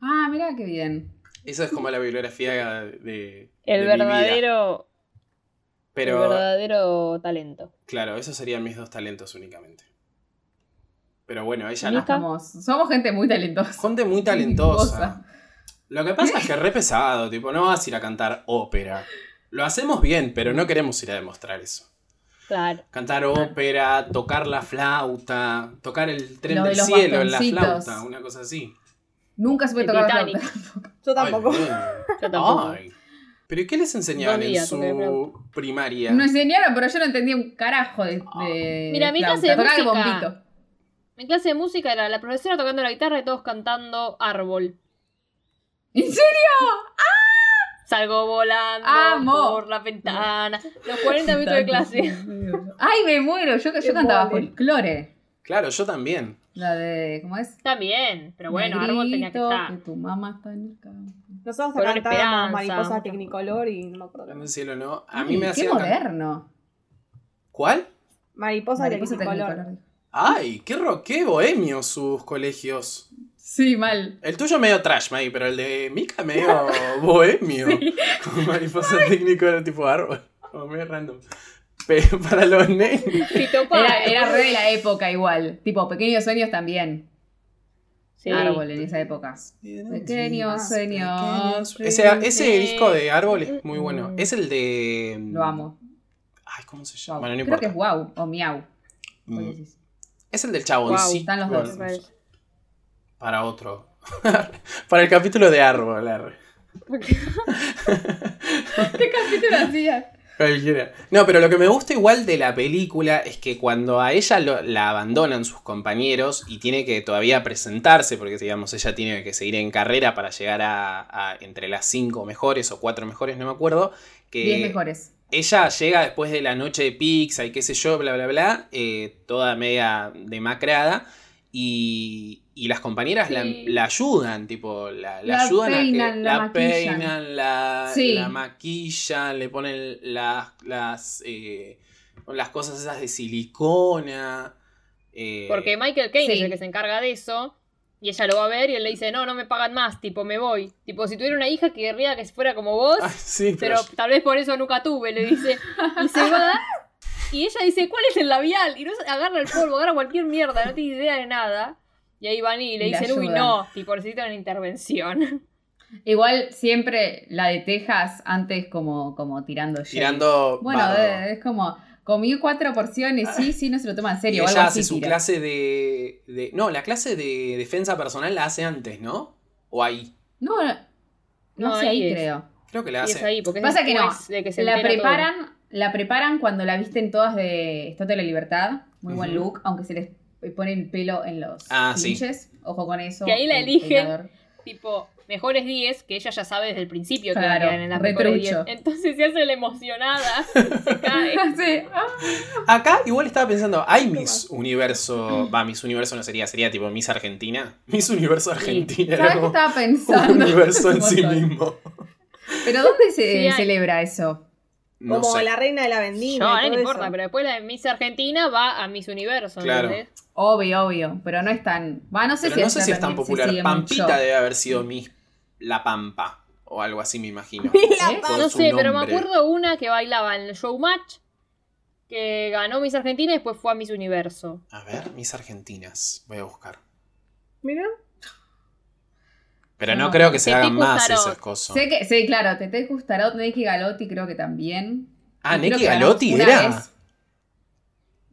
B: Ah, mirá qué bien.
A: Esa es como la bibliografía de.
D: El
A: de mi vida.
D: verdadero, el
A: Pero,
D: verdadero talento.
A: claro, esos serían mis dos talentos únicamente. Pero bueno, ella
D: Ni
A: no.
D: Acá.
B: Somos, somos gente muy talentosa.
A: Conte muy talentosa. Lo que pasa es que es re pesado, tipo, no vas a ir a cantar ópera. Lo hacemos bien, pero no queremos ir a demostrar eso.
D: Claro.
A: Cantar
B: Ah.
A: ópera, tocar la flauta, tocar el tren
B: Lo de
A: del
B: los
A: cielo en la
B: bastoncitos.
A: flauta, una cosa así.
B: Nunca supe
D: El
B: tocar la
D: Titanic.
B: flauta.
C: Yo tampoco.
A: Ay, bien.
D: Yo tampoco.
A: Ay. ¿Pero y qué les enseñaban
D: Dos
A: en
D: días toqué
A: su primaria?
B: Nos enseñaron, pero yo no entendía un carajo de.
A: Oh.
B: de
D: Mira, mi
B: flauta.
D: clase de
B: Tocaba el
D: música.
B: bombito.
D: Mi clase de música era la profesora tocando la guitarra y todos cantando árbol.
B: ¿En serio?
D: Salgo volando
B: Amo.
D: por la ventana. Los 40 minutos de clase.
B: Ay, me muero. Yo, yo
C: Qué
B: cantaba
C: mole.
B: folclore.
A: Claro, yo también.
B: La de. ¿Cómo es?
D: Está bien, pero bueno, árbol tenía que
B: Negrito,
D: estar.
B: tu mamá está en el campo.
C: Nosotros
D: Color
C: cantábamos
D: Esperanza.
C: mariposas tecnicolor y no me acuerdo.
A: En el cielo no. A mí
B: Ay,
A: me
B: Qué
A: hacían. can-
B: moderno.
A: ¿Cuál?
C: Mariposa,
B: Mariposa
C: tecnicolor.
B: Tecnicolor.
A: ¡Ay! ¡Qué roqué bohemio sus colegios!
B: Sí, mal.
A: El tuyo medio trash, May, pero el de Mika medio bohemio. Con mariposa técnico era tipo árbol. Como medio random. Pero para los nenes.
D: Fito Páez.
B: Era, era re de la época igual. Tipo, pequeños sueños también.
D: Sí.
B: Árbol en esa época. Pequeño sueño.
A: Ese, ese
D: Sí.
A: disco de árbol es muy bueno.
D: Mm.
A: Es el de. mm,
B: Lo amo.
A: Ay, ¿cómo se
B: Guau.
A: llama? Bueno, no
B: Creo que
A: importa.
B: es wow o miau. ¿Cuál
A: Mm,
B: decís?
A: Es el del chaboncito.
D: Guau,
B: están los dos.
D: Me parece.
A: Para otro. para el capítulo de árbol. arre.
B: ¿Qué capítulo hacía?
A: Cualquiera. No, pero lo que me gusta igual de la película es que cuando a ella lo- la abandonan sus compañeros y tiene que todavía presentarse, porque digamos, ella tiene que seguir en carrera para llegar a, a entre las cinco mejores o cuatro mejores, no me acuerdo, que
B: Diez mejores.
A: ella llega después de la noche de pizza y qué sé yo, bla, bla, bla, eh, toda media demacrada. Y, y las compañeras la,
D: Sí.
A: la ayudan, tipo, la, la
B: La
A: ayudan a que
B: peinan, la
A: la
B: maquillan.
A: peinan, la,
B: Sí.
A: la maquillan, le ponen las, las, eh, las cosas esas de silicona. eh,
D: Porque Michael Caine
B: Sí.
D: es el que se encarga de eso. Y ella lo va a ver y él le dice, no, no me pagan más, tipo, me voy. Tipo, si tuviera una hija que querría que fuera como vos,
A: Ay, sí, pero,
D: pero tal vez por eso nunca tuve, le dice. Y se va. Y ella dice, ¿cuál es el labial? Y no se- agarra el polvo, agarra cualquier mierda, no tiene idea de nada. Y ahí van y le
B: Y la
D: dicen, uy,
B: ayudan.
D: no, tipo, necesito una intervención.
B: Igual siempre la de Texas antes como, como tirando shade.
A: tirando...
B: Bueno,
A: bardo.
B: eh, es como, comí cuatro porciones, sí, sí, no se lo toma en serio.
A: Y
B: o
A: ella
B: algo
A: hace
B: así
A: su
B: tira.
A: clase de, de- No, la clase de defensa personal la hace antes, ¿no? O ahí.
B: No, no, No,
D: No,
B: sé, ahí
D: ahí es.
B: creo.
A: Creo que la
D: Y es
A: hace.
D: ahí, porque es
B: Pasa que no,
D: después de que se
B: La
D: entera todo.
B: preparan, la preparan cuando la visten todas de Estatua de la Libertad. Muy buen
A: Ujú.
B: look, aunque se les pone el pelo en los
A: Ah, sí.
B: pinches. Ojo con eso.
D: Que ahí la
B: el
D: eligen.
B: peinador.
D: tipo mejores 10 que ella ya sabe desde el principio que
B: Claro,
D: va a quedar en las
B: re
D: mejores
B: trucho.
D: 10. Entonces se hace la emocionada, se cae.
B: Sí. Ah,
A: Acá igual estaba pensando, hay Miss Universo. Va, Miss Universo no sería, sería tipo Miss Argentina. Miss Universo Argentina. Era
B: ¿Sabes qué
A: como
B: estaba
A: un
B: pensando?
A: universo en
B: Un
A: sí
B: montón.
A: mismo.
B: Pero ¿dónde se
D: Sí hay.
B: celebra eso?
A: No
C: como
A: sé.
C: la reina de la vendimia.
D: No,
C: y
D: no
C: todo
D: importa,
C: eso.
D: pero después la de Miss Argentina va a Miss Universo.
A: Claro.
D: ¿entendés?
B: Obvio, obvio. Pero no es tan. Va, no sé
A: Pero
B: si
A: no
B: allá
A: sé si es tan
B: también se
A: popular.
B: sigue
A: Pampita
B: mucho.
A: debe haber sido Miss La Pampa. O algo así, me imagino.
B: ¿Eh?
C: La
A: Por
C: paz.
D: Ah, No
A: su
D: sé, pero me
A: nombre.
D: acuerdo una que bailaba en el showmatch que ganó Miss Argentina y después fue a Miss Universo.
A: A ver, Miss Argentinas. Voy a buscar.
C: Mira,
A: Pero
B: No,
A: no, creo que se
D: Tete
A: hagan más
D: Custarot.
A: esas cosas.
B: Sé que, sí, claro, Tete Custarot, Neki Galotti creo que también.
A: Ah,
B: Y creo
A: Neki
B: que ganó
A: Galotti
B: una
A: era.
B: vez.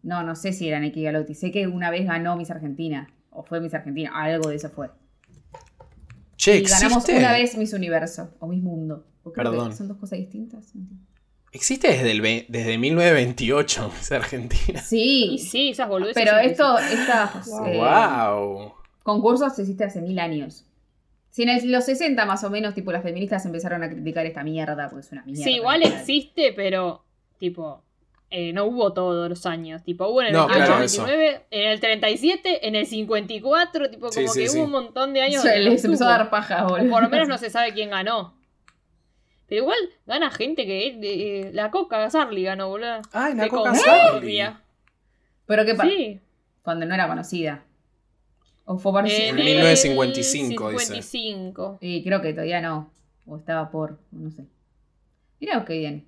B: No, no sé si era Neki Galotti. Sé que una vez ganó Miss Argentina. O fue Miss Argentina. Algo de eso fue.
A: Che,
B: Y ganamos
A: existe.
B: una vez Miss Universo. O Miss Mundo. O creo que
A: Perdón.
B: son dos cosas distintas.
A: Existe desde, el ve- desde 1928 Miss Argentina.
D: Y
B: Sí.
D: sí, esas boludeces.
B: Ah, pero
D: siempre
B: esto, estos
C: Wow.
B: eh,
A: ¡Wow!
B: concursos se hiciste hace mil años. Si en el- los 60 más o menos, tipo, las feministas empezaron a criticar esta mierda porque es una mierda.
D: Sí, igual
B: literal.
D: existe, pero tipo, eh, no hubo todos los años. Tipo, hubo en el
A: No,
D: 28,
A: claro, eso.
D: 29, en el 37, en el 54, tipo,
A: Sí,
D: como
A: sí,
D: que
A: sí.
D: hubo un montón de años.
B: Se
D: donde no
B: les empezó a
D: estuvo.
B: dar paja, boludo.
D: O por lo menos no se sabe quién ganó. Pero igual gana gente que. eh, eh, la Coca Sarli ganó, boludo.
A: ¡Ay,
D: De
A: Naco Casarli!
D: Concordia.
B: Pero qué pasa.
D: Sí.
B: Cuando no era conocida. O fue por.
D: Eh,
A: En
D: del
A: 1955 dice.
D: 55.
B: Y creo que todavía no. O estaba por. No sé. Mirá qué bien.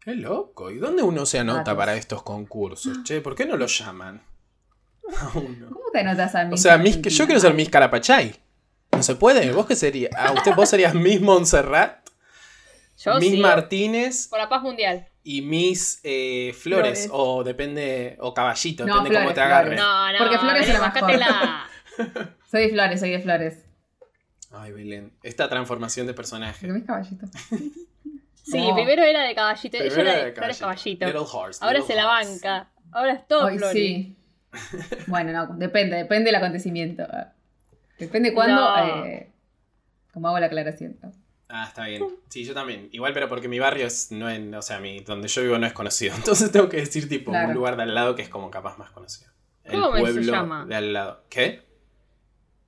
A: ¡Qué loco! ¿Y dónde uno se anota
B: Datos.
A: para estos concursos? Che, ¿por qué no lo llaman? A uno.
B: ¿Cómo te anotas a mí?
A: O sea, Miss- que yo quiero ser Miss Carapachay. ¿No se puede? ¿Vos qué serías? Ah, usted, vos serías Miss Montserrat,
D: Yo
A: Miss
D: sí.
A: Martínez
D: Por la paz mundial.
A: y Miss eh, Flores.
C: Flores.
A: O depende, o Caballito,
B: No,
A: depende cómo
B: Flores,
A: te agarre.
B: Flores.
D: No, no.
B: Porque Flores
D: Belén,
B: era mejor.
D: bancátela.
B: Soy de flores, soy de flores.
A: Ay, Belén, esta transformación de personaje.
B: Porque mis caballitos.
D: Sí,
B: No.
D: primero era de caballito.
A: Primero
D: ella era
A: era
D: de,
A: de
D: Flores caballito.
A: Little Horse.
D: Ahora
A: Little
D: se la
A: Horse.
D: banca. Ahora es todo
B: Hoy
D: Flores.
B: sí. Bueno, no, depende, depende del acontecimiento. Depende cuándo.
D: No.
B: eh, como hago la aclaración.
A: Ah, está bien. Sí, yo también. Igual, pero porque mi barrio es, no en, o sea, mi, donde yo vivo no es conocido. Entonces tengo que decir tipo
B: Claro.
A: un lugar de al lado que es como capaz más conocido. El
D: ¿Cómo se
A: pueblo
D: llama?
A: de al lado. ¿Qué?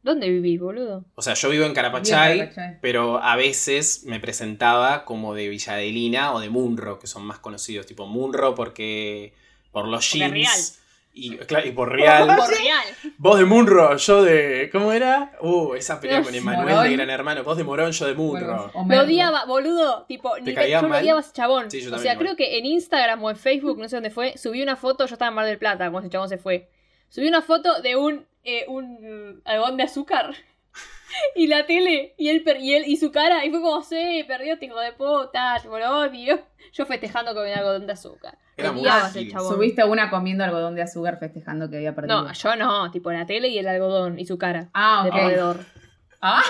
D: ¿Dónde vivís, boludo?
A: O sea, yo vivo en
B: Bien,
A: Carapachay,
B: Carapachay.
A: pero a veces me presentaba como de Villadelina o de Munro, que son más conocidos. Tipo Munro porque por los
D: Porque
A: jeans.
D: real.
A: Y, claro, y por real.
D: Por real.
A: Vos de Munro, yo de. ¿Cómo era? Uh, esa pelea con Emanuel
B: Morón.
A: de Gran Hermano. Vos de Morón, yo de Munro.
B: Bueno, o
D: Me
B: Merlo.
D: odiaba, boludo. Tipo, ni me,
A: caía
D: yo lo
A: mal?
D: odiaba a ese chabón.
A: Sí, yo
D: o
A: también
D: sea,
A: igual.
D: creo que en Instagram o en Facebook, no sé dónde fue, subí una foto, yo estaba en Mar del Plata cuando ese chabón se fue. Subí una foto de un, eh, un algodón de azúcar y la tele y él, per- y él y su cara. Y fue como, sí, perdió, tipo de puta, tipo, lo odio. Yo festejando con un algodón de azúcar.
A: Era
D: Lo
A: muy
D: odiaba a ese
A: ágil.
D: chabón.
B: Subiste una comiendo algodón de azúcar festejando que había perdido.
D: No, yo no, tipo la tele y el algodón y su cara.
B: ah,
D: De
B: ok.
D: perdedor.
B: ¡Ay,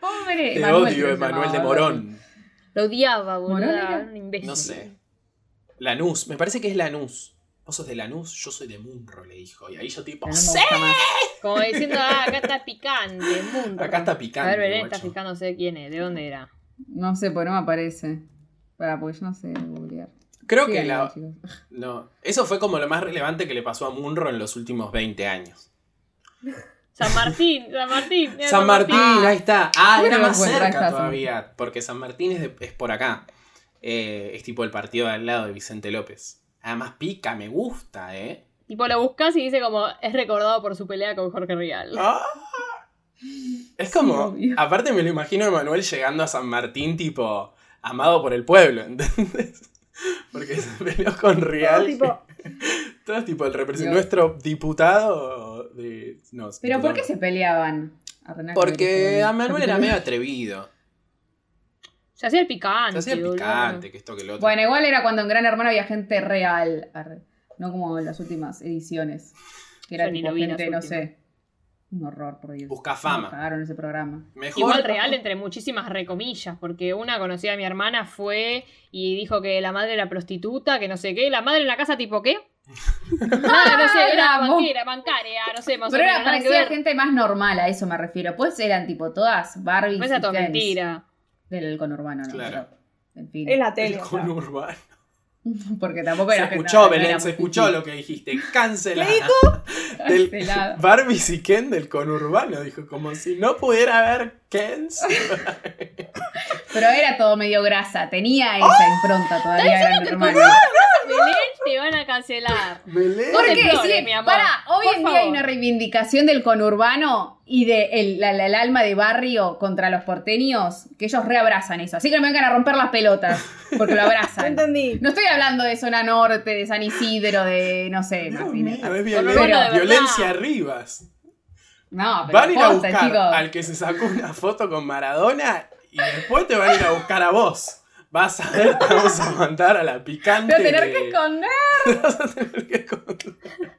B: pobre!
A: Te
B: Emanuel, creo
A: odio,
B: que
A: Emanuel de
B: se llamaba, algo
A: Morón.
D: Lo odiaba, boludo.
B: ¿Morón era?
D: Era un imbécil.
A: No sé. Lanús, me parece que es Lanús. Vos sos de Lanús, yo soy de Munro, le dijo. Y ahí yo tipo,
B: así.
A: ¡sí!
B: Ya no me gusta más.
D: Como diciendo, ah, acá está picante, mundo.
A: Acá está
D: A
A: picante.
D: ver, Belén está
A: guacho.
D: fijándose quién es, de dónde era.
B: No sé, pues no me aparece. Para, porque yo no sé googlear.
A: Creo que
B: Sigan,
A: la...
B: chicos.
A: No, eso fue como lo más relevante que le pasó a Munro en los últimos 20 años.
D: San Martín, San Martín. era
A: San Martín,
B: Martín.
A: ahí está. Ah,
B: Bueno,
A: era más
B: bueno, ahí está
A: cerca
B: San
A: todavía, porque San Martín es, de- es por acá. Eh, es tipo el partido de al lado de Vicente López. Además pica, me gusta, ¿eh?
D: Tipo, lo buscas y dice como, es recordado por su pelea con Jorge Rial.
A: Ah. Es como,
B: obvio.
A: aparte me lo imagino a Manuel llegando a San Martín tipo amado por el pueblo, ¿entendés? Porque se peleó con Real.
C: todo tipo,
A: todo tipo el representante,
B: Dios.
A: nuestro diputado de... No,
B: Pero ¿por
A: diputado
B: qué
A: no.
B: se peleaban? A Renato
A: Porque
B: Griffin.
A: a Manuel era medio atrevido.
D: Se hacía el picante.
A: Se hacía el
D: boludo.
A: picante, que esto que lo otro.
B: Bueno, igual era cuando en Gran Hermano había gente real. arre. No como en las últimas ediciones. Que era
D: Yo ni
B: tipo
D: lo vi en
B: gente, no
D: las últimas.
B: sé. Un horror, por Dios.
A: Busca
B: Me
A: fama.
B: cagaron ese programa.
A: Mejor.
D: Igual real entre muchísimas recomillas, porque una conocida de mi hermana fue y dijo que la madre era prostituta, que no sé qué, la madre en la casa tipo qué. Nada, Ah, no sé, era
B: Vamos.
D: banquera, bancaria, no sé, más
B: Ah, Pero
D: o menos,
B: era,
D: nada que
B: parecía
D: ver.
B: gente más normal, a eso me refiero. Pues eran tipo todas Barbies
D: No
B: y
D: es Pues todo
B: Kens
D: mentira.
B: del conurbano, ¿no?
A: Claro.
B: Pero, en fin.
C: Es la tele.
A: El
C: o sea.
A: conurbano.
B: Porque tampoco
A: Se
B: era que
A: escuchó,
B: no- no
A: Belén,
B: éramos
A: se escuchó
B: difíciles.
A: lo que dijiste. Cancelada. Del-
B: Cancelada.
A: Barbie y Ken del conurbano, dijo, como si no pudiera haber Kens.
B: Pero era todo medio grasa, tenía
D: ¡Oh!
B: esa impronta todavía era normal.
D: Belén, te van a cancelar.
A: Belén.
B: ¿Por
D: Corre,
B: qué?
D: flores,
B: Sí,
D: mi amor.
B: pará, hoy
D: Por
B: en
D: favor.
B: día hay una reivindicación del conurbano y del de el- la- la- el alma de barrio contra los porteños, que ellos reabrazan eso. Así que no me vengan a romper las pelotas, porque lo
C: No
B: abrazan.
C: entendí.
B: No estoy hablando de zona norte, de San Isidro, de no sé,
A: Dios
B: Martínez.
A: mío, es
D: Conurbano de
A: violencia,
D: verdad.
A: violencia Rivas.
B: No, pero
A: Van a ir a
B: posta,
A: buscar
B: chicos.
A: al que se sacó una foto con Maradona y después te van a ir a buscar a vos. Vas a ver, te vamos a mandar a la picante.
B: Pero tener que
A: de-
B: esconder.
A: vas a tener que esconder.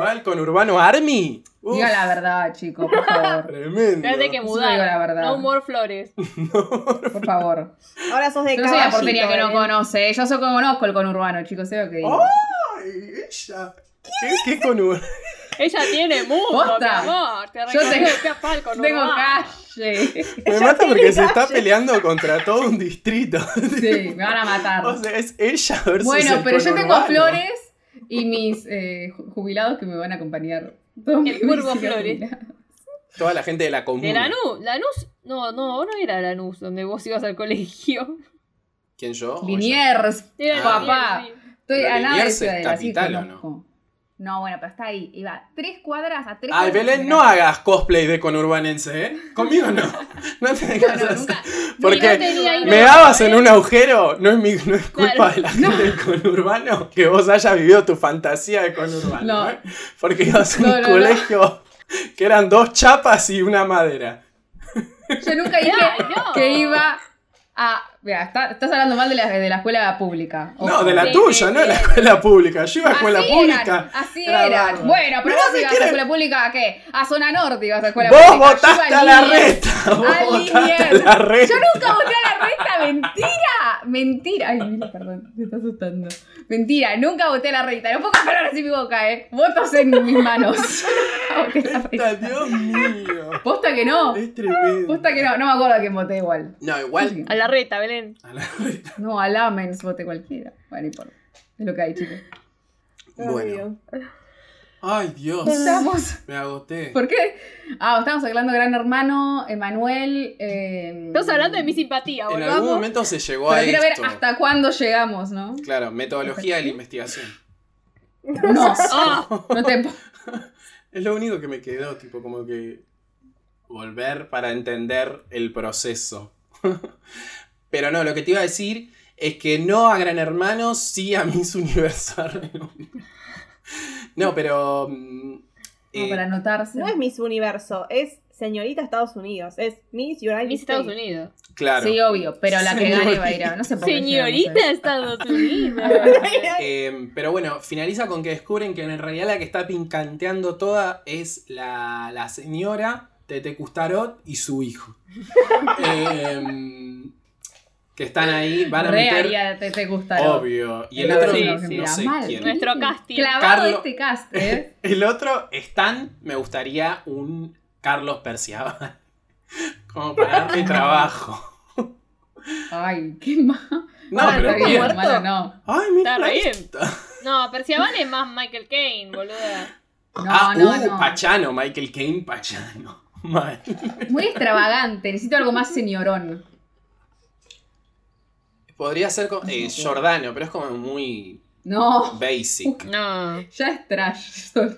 A: ¿Va el conurbano Army? Uf,
B: Diga la verdad, chicos, por favor.
A: Tremendo.
D: Te de que
B: Eso digo la
D: mudar.
B: verdad.
D: No humor flores.
B: Por favor.
C: Ahora sos de
B: Yo no soy la portería que no
C: caballito, ¿eh?
B: conoce. Yo solo conozco el conurbano, chicos. Sé lo que digo.
A: Oh, ¡Ay, ella! ¿Qué, qué conurbano?
D: Ella tiene mundo,
B: Posta.
D: mi amor. Te
B: Yo
D: reconozco
B: tengo-
D: que Falco, no
B: Tengo
D: va.
B: calle.
A: Me mata porque se está peleando contra todo un distrito.
B: Sí, me van a matar.
A: O sea, es ella versus
B: bueno,
A: el
B: pero yo tengo
A: conurbano.
B: a Flores y mis eh, ju- jubilados que me van a acompañar. Todos mis
D: curvo
B: vecinos
D: Flores.
B: jubilados.
A: Toda la gente de la comuna.
D: De Lanús. Lanús. No, no, no era Lanús donde vos ibas al colegio.
A: ¿Quién yo? O ella.
B: Liniers.
D: Era
A: Ah.
B: Papá.
D: Liniers, sí.
B: Estoy
A: Pero
B: a nada de
A: Liniers es
B: Ciudadela. sí,
A: capital, ¿o
B: conozco. No, bueno, pero está ahí. Iba tres cuadras a tres
A: Ay,
B: cuadras de
A: Ah, Belén,
B: mi
A: no
B: casa.
A: hagas cosplay de conurbanense, ¿eh? Conmigo no. No te dejas
B: No, no,
A: hacer.
B: nunca.
A: Porque
B: nunca tenía ahí,
A: me
D: no,
A: dabas en
D: ¿eh?
A: un agujero, no es, mi, no es culpa
D: Claro.
A: de la gente del conurbano que vos hayas vivido tu fantasía de conurbano.
B: No.
A: ¿eh? Porque ibas a un
B: No, no, no.
A: colegio que eran dos chapas y una madera.
B: Yo nunca dije
D: Ay, no.
B: que iba a. Mira, está- estás hablando mal de la, de la escuela pública.
A: No,
B: Ojo.
A: de la
D: Sí,
A: tuya,
D: sí,
A: no de
D: sí.
A: la escuela pública. Yo iba a escuela
B: así
A: pública.
B: Eran, así
A: Era
B: eran.
A: bárbaro.
B: Bueno, pero
A: Mirá
B: vos
A: si
B: ibas a
A: querés-
B: escuela pública a qué? A zona norte ibas a escuela
A: Vos
B: pública. Yo
A: votaste
B: iba
A: a la
B: Liniers.
A: reta.
B: a
A: Vos votaste a
B: Liniers.
A: la reta.
B: Yo nunca voté a la reta, mentira. Mentira. Ay, mira, perdón, me está asustando. Mentira, nunca voté a la reta. No pongas palabras en mi boca, eh. Votos en mis manos. Yo nunca voté a la
A: Esta,
B: reta.
A: Dios mío.
B: Posta que no.
A: Es tremendo.
B: Posta que no. No me acuerdo a quién voté igual.
A: No, igual.
D: A la reta, Belén.
A: a la reta.
B: No, al Amens voté cualquiera. Bueno, no importa. Es lo que hay, chicos.
C: Ay, Dios.
A: Bueno. Ay, Dios.
B: Estamos.
A: Me agoté.
B: ¿Por qué? Ah, estamos hablando de Gran Hermano, Emanuel. Eh...
D: Estamos hablando de mi simpatía,
A: En
D: volvamos.
A: algún momento se llegó
B: Pero
A: a
B: quiero ver
A: esto.
B: hasta cuándo llegamos, ¿no?
A: Claro, metodología de la investigación.
B: No,
D: Ah,
B: no te.
A: Es lo único que me quedó, tipo, como que volver para entender el proceso. Pero no, lo que te iba a decir es que no a Gran Hermano, sí a Miss Universo. No, pero... mm,
B: Como
A: eh,
B: para anotarse.
C: No es Miss Universo, es señorita Estados Unidos. Es Miss United
D: Miss Estados
C: States.
D: Unidos.
A: claro.
B: Sí, obvio, pero la que gane
A: Señorita.
B: va a ir a. No sé por qué. llegamos
D: Señorita Estados Unidos.
A: Eh, pero bueno, finaliza con que descubren que en realidad la que está pincanteando toda es la, la señora Tete Custarot y su hijo. Em, que están ahí,
B: a
A: van
B: eso.
A: a
B: Re
A: meter.
B: haría, te, te gusta. ¿no?
A: Obvio. Y el
B: Sí,
A: otro,
D: sí,
A: no
B: mira,
A: sé
B: mal.
A: quién.
D: Nuestro casting.
B: Clavado
A: Carlos-
B: este cast, ¿eh?
A: El otro, Stan, me gustaría un Carlos Perciaba. Como para darme trabajo.
B: Ay, qué mal.
A: No,
B: Ah,
A: pero
B: está bien,
A: bien.
B: hermano, no.
A: Ay, mira
D: Está re
A: la
D: bien.
A: lista.
D: No, Perciabal es más Michael Caine, boluda.
B: No,
A: ah,
B: no,
A: uh,
B: no.
A: Pachano, Michael Caine Pachano. Mal.
B: Muy extravagante. Necesito algo más señorón.
A: Podría ser con, eh, Jordano, pero es como muy
B: No.
A: basic.
D: No.
B: Ya es trash. Sorry.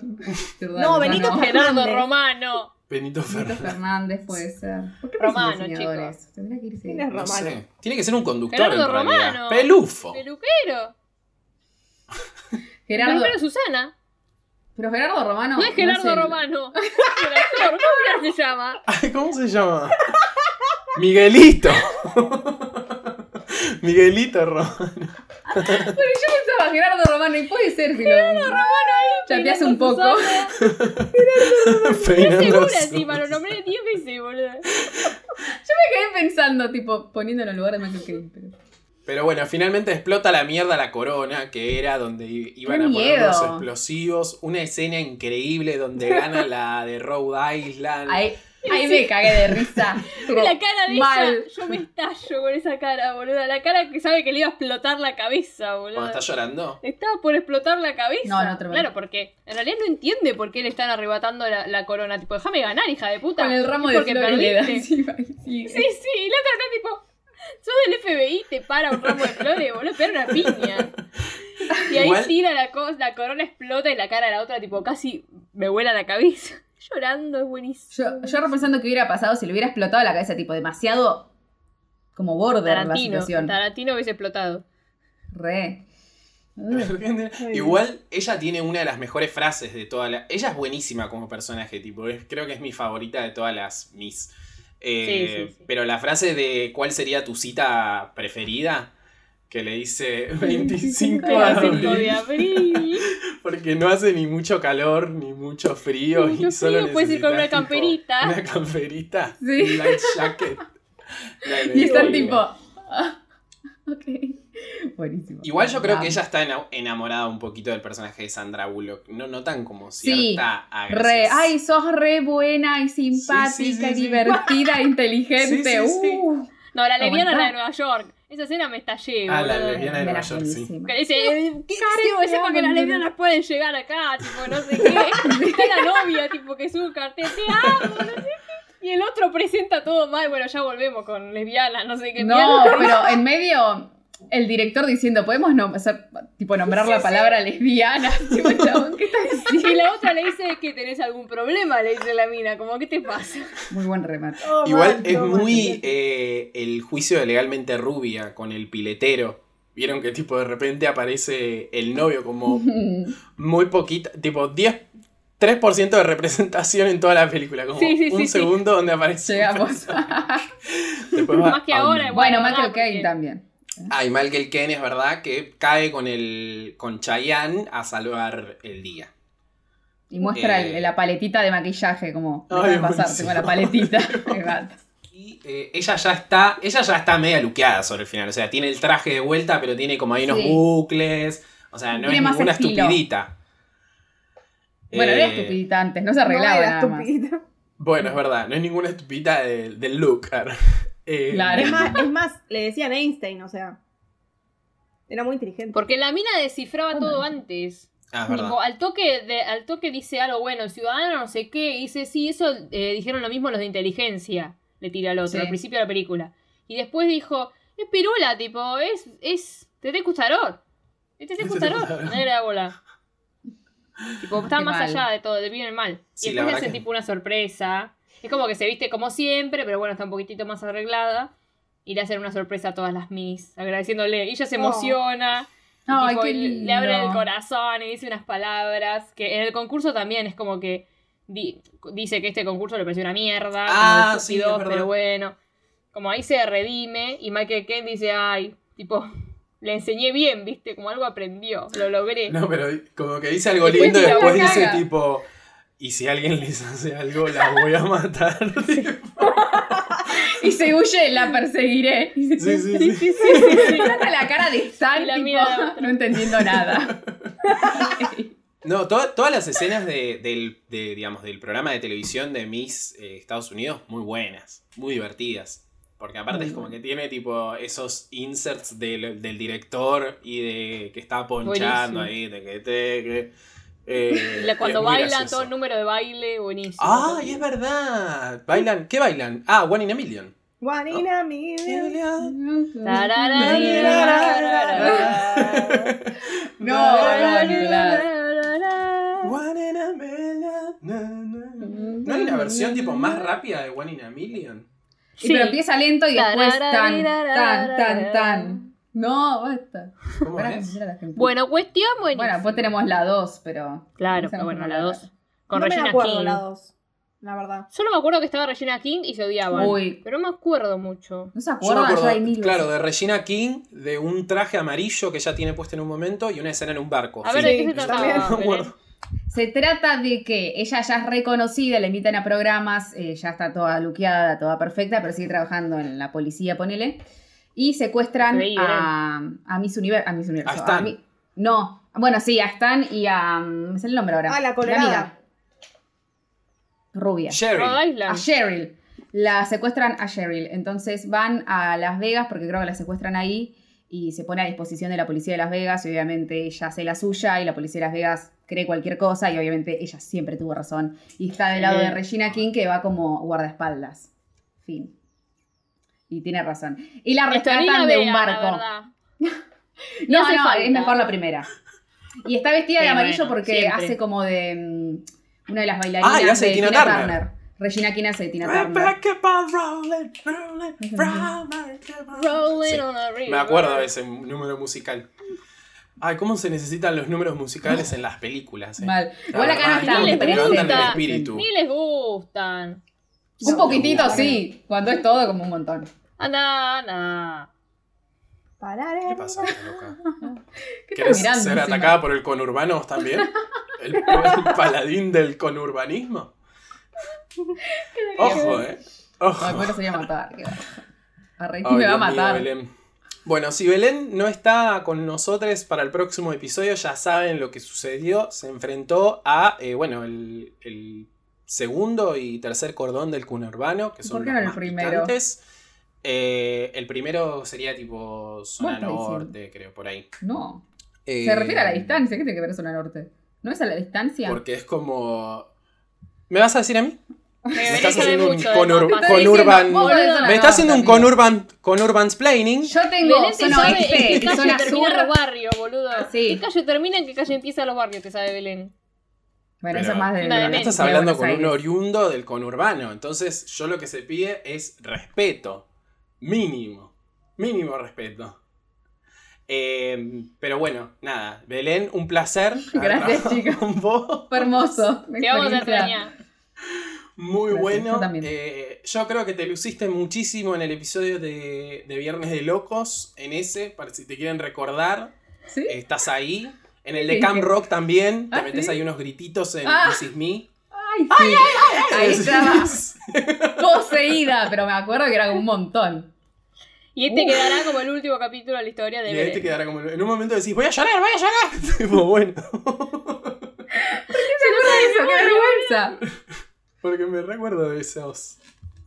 B: Perdón,
C: No, Benito
B: no.
D: Gerardo
C: Fernández.
D: Romano.
A: Benito
B: Benito
A: Fernández.
B: Fernández puede ser. ¿Por qué
D: Romano,
B: pensé en diseñadores? Tendría que irse.
C: Tienes
A: No
C: Romano.
A: sé. Tiene que ser un conductor
D: Gerardo
A: en realidad.
D: Romano.
A: Pelufo.
D: Peluquero.
B: Gerardo,
D: Peluquero Susana.
B: pero Gerardo Romano.
D: No es Gerardo
B: el-
D: Romano. El actor, ¿cómo mierda se llama?
A: Ay, ¿Cómo se llama? Miguelito. Miguelito Romano.
B: Bueno, yo pensaba Gerardo Romano y puede ser si Gerardo Romano Chapeas un poco.
D: Estoy
A: Fernando
D: segura
A: Azul.
D: encima, lo nombré 10 veces, boludo.
B: Me quedé pensando, tipo, poniéndolo en lugar de Michael Caine. pero-
A: Pero bueno, finalmente explota la mierda la corona, que era donde i- iban
B: ¡Qué
A: a poner los
B: miedo!
A: explosivos. Una escena increíble donde gana la de Rhode Island.
B: Ahí, ahí me cagué de risa. Tipo,
D: La cara de
B: mal.
D: ella, yo me estallo con esa cara, boludo. La cara que sabe que le iba a explotar la cabeza, boludo.
A: Cuando está llorando.
D: Estaba por explotar la cabeza.
B: No, no, tremendo.
D: Claro, porque en realidad no entiende por qué le están arrebatando la, la corona. Tipo, déjame ganar, hija de puta.
B: Con el ramo
D: Es
B: de
D: porque
B: flores le da
D: perdiste.
B: encima, sí.
D: Sí, sí, y la otra está tipo, sos del FBI, te para un ramo de flores, boludo, pero una piña. Y ahí
A: Igual-
D: tira la, cosa, la corona explota y la cara de la otra, tipo, casi me vuela la cabeza. Llorando, es buenísimo.
B: Yo, yo repensando qué hubiera pasado si le hubiera explotado la cabeza, tipo, demasiado como border la
D: Tarantino,
B: situación.
D: Tarantino hubiese explotado.
B: Re.
A: Igual ella tiene una de las mejores frases de toda la. Ella es buenísima como personaje, tipo. es- creo que es mi favorita de todas las Miss. Eh,
D: Sí, sí, sí.
A: Pero la frase de cuál sería tu cita preferida, que le dice 25 de
D: 25
A: abril,
D: de abril.
A: porque no hace ni mucho calor ni mucho frío
D: Mucho
A: y solo
D: frío, puedes ir con una
A: necesitas, tipo,
D: camperita.
A: una camperita,
B: Sí.
A: un light jacket. Dale,
B: Y están
A: horrible.
B: tipo. ah, ok. Buenísimo.
A: Igual yo creo
B: Ah,
A: que ella está ena- enamorada un poquito del personaje de Sandra Bullock. No notan como cierta
B: Sí,
A: agresión.
B: Re, ay, sos re buena y simpática,
A: Sí, sí, sí, sí.
B: y divertida, e inteligente.
A: Sí, sí, sí.
B: uh,
D: No, la lesbiana es la
B: Aguantá.
D: de Nueva York. Esa escena me estallé,
A: Ah, la
D: boludo.
A: lesbiana de
B: era
A: Nueva York, sí.
B: buenísima.
D: Que dice, eh, ¿qué
B: Karen,
D: sí,
B: te
D: es porque
B: amo,
D: las
B: nena.
D: lesbianas pueden llegar acá, tipo, no sé qué. Está la novia, tipo, que sube un cartel, te amo, no sé qué. Y el otro presenta todo mal, bueno, ya volvemos con lesbianas, no sé qué.
B: No, pero en medio. El director diciendo, podemos nom- hacer, tipo nombrar la palabra lesbiana. Tipo, chabón, ¿qué estás diciendo?
D: Y la otra le dice que tenés algún problema, le dice la mina, como, ¿qué te pasa?
B: Muy buen remate.
C: Oh,
A: Igual
C: man,
A: es
C: no, man.
A: muy eh, el juicio de legalmente rubia con el piletero. Vieron que tipo de repente aparece el novio como muy poquita, tipo 10, 3% de representación en toda la película, como
D: Sí, sí,
A: un
D: sí, sí.
A: segundo donde aparece. un
B: Llegamos.
A: personaje. Después va
D: Más que
A: a un-
D: ahora,
B: bueno,
D: ah,
B: Michael
D: porque-
B: Caine también.
A: Ah, y Michael Ken es verdad que cae con el con Chayanne a salvar el día.
B: Y muestra
A: Eh.
B: el- la paletita de maquillaje, como
A: Ay,
B: déjame pasar,
A: buenísimo.
B: tengo la paletita. Ahí va.
A: Y eh, ella ya está, ella ya está media luqueada sobre el final. O sea, tiene el traje de vuelta, pero tiene como ahí unos
B: Sí.
A: bucles. O sea, no
B: Tiene
A: es
B: más
A: ninguna
B: estilo.
A: estupidita.
B: bueno, era
A: Eh,
B: estupidita antes, no se
C: No
B: arreglaba
C: era
B: nada más.
C: estupidita.
A: Bueno, es verdad, no es ninguna estupidita del del look. claro. Eh,
B: Claro.
C: Es más, es más, le decían Einstein, o sea. Era muy inteligente.
D: Porque la mina descifraba todo antes.
A: Ah, es verdad.
D: Tipo, al toque, de, al toque dice algo bueno, el ciudadano no sé qué, y dice, sí, eso eh, dijeron lo mismo los de inteligencia, le tira al otro,
B: Sí.
D: al principio de la película. Y después dijo, es pirula, tipo, es, es, te te gustarot. Este te
A: Tete
D: gustarot,
A: Custarot.
D: no era bola. tipo, está
B: Ah, Qué
D: más
B: mal.
D: allá de todo, del bien y el mal.
A: Sí, la
D: y después le
A: verdad
D: hacen
A: que-
D: tipo una sorpresa. Es como que se viste como siempre, pero bueno, está un poquitito más arreglada. Y le hacen una sorpresa a todas las Miss, agradeciéndole. Y ella se
C: Oh.
D: emociona. Y
B: Ay,
D: tipo,
B: qué
D: le-
B: lindo.
D: Le abre el corazón y dice unas palabras. Que en el concurso también es como que di- dice que este concurso le pareció una mierda.
A: Ah,
D: como de
A: sí, es
D: estúpidos,
A: verdad.
D: pero bueno. Como ahí se redime y Michael Kent dice, ay, tipo, le enseñé bien, viste, como algo aprendió, lo
C: eh,
D: logré.
A: No, pero como que dice algo
D: Después
A: lindo y
D: tira
A: después
B: una
A: dice
B: caga.
A: tipo. Y si alguien les hace algo, la voy a matar.
B: Y se huye, la perseguiré.
A: sí, sí, sí.
D: Sí, sí, sí, sí.
B: Trata la cara de Stan,
D: Y la
B: tipo,
D: mira de otro.
B: no entendiendo nada.
A: No, to- todas las escenas de- del, de, digamos, del programa de televisión de Miss eh, Estados Unidos, muy buenas, muy divertidas. Porque aparte
B: Muy
A: es como
B: buenas.
A: que tiene tipo esos inserts del, del director y de que está ponchando
D: Buenísimo.
A: ahí, de que te... que- eh,
D: La-
A: y
D: Cuando
A: es muy
D: bailan,
A: gracioso.
D: todo el número de baile, buenísimo.
A: ¡Ah, y es verdad! ¿Bailan? ¿Qué bailan? Ah, One in a Million.
C: One in
D: Oh.
C: a million.
B: no, no,
A: One in a Million. na, na, na. ¿No hay una versión tipo más rápida de One in a Million?
B: Y pero empieza lento y después tan, tan, tan, tan. No, basta.
A: ¿Cómo
B: Para
A: es?
B: confundir a la gente.
D: Bueno, cuestión buenísima.
B: bueno, pues tenemos la 2, pero.
D: Claro,
B: Esa no
D: bueno,
B: me
D: la
B: acuerdo.
D: 2. Con
C: no me
D: Regina
C: acuerdo
D: King.
C: la dos. la verdad.
D: Yo no me acuerdo que estaba Regina King y se odiaban.
B: Uy.
D: Pero no me acuerdo mucho.
B: ¿No se
A: Yo me
B: acuerdan?
A: acuerdo,
B: Ya hay mil
A: claro,
B: veces.
A: de Regina King, de un traje amarillo que ya tiene puesto en un momento y una escena en un barco.
D: A ver,
A: Fin.
D: ¿de qué se
A: Yo
D: trataba?
A: también no me
D: Belén?
A: acuerdo.
B: Se trata de que ella ya es reconocida, la invitan a programas, eh, ya está toda luqueada, toda perfecta, pero sigue trabajando en la policía, ponele. Y secuestran
D: FBI,
B: a, a Miss Universo. A Miss Universo.
A: A Stan.
B: mi- no, bueno, sí, a Stan y a. mm, Me sale el nombre ahora.
C: Ah, la colorada.
B: amiga. Rubia.
A: Sherry.
D: Rhode Island.
B: A Cheryl. La secuestran a Cheryl. Entonces van a Las Vegas porque creo que la secuestran ahí y se pone a disposición de la policía de Las Vegas. Y obviamente ella hace la suya y la policía de Las Vegas cree cualquier cosa y obviamente ella siempre tuvo razón. Y está del lado de
D: Sí.
B: Regina King que va como guardaespaldas. Fin. Y tiene razón. Y la
D: Esto ni la
B: rescatan de un
D: vean, la
B: barco.
D: verdad.
B: No,
D: hace
B: no,
D: falta.
B: es mejor la primera. Y está vestida de
D: Sí,
B: amarillo
D: bueno,
B: porque
D: siempre.
B: hace como de mm, una de las bailarinas
A: Ah, y hace
B: de
A: de Tina Turner.
B: Regina King hace de Tina Turner.
A: Rebecca Ball rolling, rolling, rolling.
D: Rolling
A: Sí.
D: on a river.
A: Me acuerdo de ese número musical. Ay, cómo se necesitan los números musicales en las películas. eh.
B: Mal.
A: La
B: Igual acá no
A: verdad,
B: está.
A: como que te
D: Les
A: levantan el
D: gusta.
A: espíritu.
D: Ni les gustan.
B: Un poquitito, sí. Cuando es todo, como un montón.
D: Anda, anda.
C: Pararé.
A: ¿Qué pasa, loca?
B: ¿Qué
A: ¿Querés
B: estás mirando
A: ser
B: encima?
A: atacada por el conurbanos también? ¿El, el paladín del conurbanismo? Ojo, eh. Ojo.
B: Ay, bueno, sería matar. qué barro.
A: Ay,
B: Arre, me va a
A: Dios mío,
B: matar.
A: Belén. Bueno, si Belén no está con nosotros para el próximo episodio, ya saben lo que sucedió. Se enfrentó a, eh, bueno, el, el segundo y tercer cordón del conurbano, que son
B: ¿Por qué
A: los
B: no el
A: más
B: primero?
A: picantes. Eh, el primero sería tipo zona
B: Vos estás
A: norte, creo, por ahí.
B: no.
A: Eh,
B: Se refiere a la distancia. ¿Qué tiene que ver zona norte? ¿No es a la distancia?
A: Porque es como... ¿Me vas a decir a mí?
D: Me
A: estás
D: venís a ver
A: haciendo un
D: mucho de
A: conur-
D: papas.
B: Estoy diciendo,
A: Conurban-
B: vos de zona
A: Me está haciendo un
B: norte, amigo.
A: conurban, conurban splaining.
B: Yo tengo
D: Belén te
B: zona
D: sabe
B: oeste
D: en
B: y
D: qué calle
B: zona
D: terminan los
B: sur.
D: barrios, boludo.
B: Sí.
D: ¿Qué calle termina en qué calle empiezan los barrios? Te sabe Belén.
A: Pero-
B: Bueno, eso es más de.
D: Una de
B: de
D: menos.
A: Estás
B: Buenos
A: hablando con un
B: Aires.
A: oriundo del conurbano, entonces yo lo que se pide es respeto, mínimo, mínimo respeto. Eh, pero bueno, nada, Belén, un placer.
B: Gracias, chicos.
A: Con vos,
B: Fue hermoso.
D: Te vamos
B: experiencia.
D: a extrañar.
A: muy
B: Gracias,
A: bueno.
B: yo también.
A: Eh, yo creo que te luciste muchísimo en el episodio de, de Viernes de Locos, en ese, para si te quieren recordar,
B: ¿Sí?
A: estás ahí. En el de
B: Sí.
A: Cam Rock también, te
B: Ah,
A: metes
B: ¿sí?
A: ahí unos grititos en
B: Ah.
A: This Is Me.
B: Ay, sí. Ahí estaba poseída, pero me acuerdo que era como un montón.
D: Y este
B: Uh.
D: quedará como el último capítulo de la historia
A: Y
D: de
A: este ahí te
D: Belén.
A: quedará como. En un momento decís, voy a llorar, voy a llorar. Tipo, bueno.
B: Eso, qué vergüenza.
A: Porque me recuerdo de esos.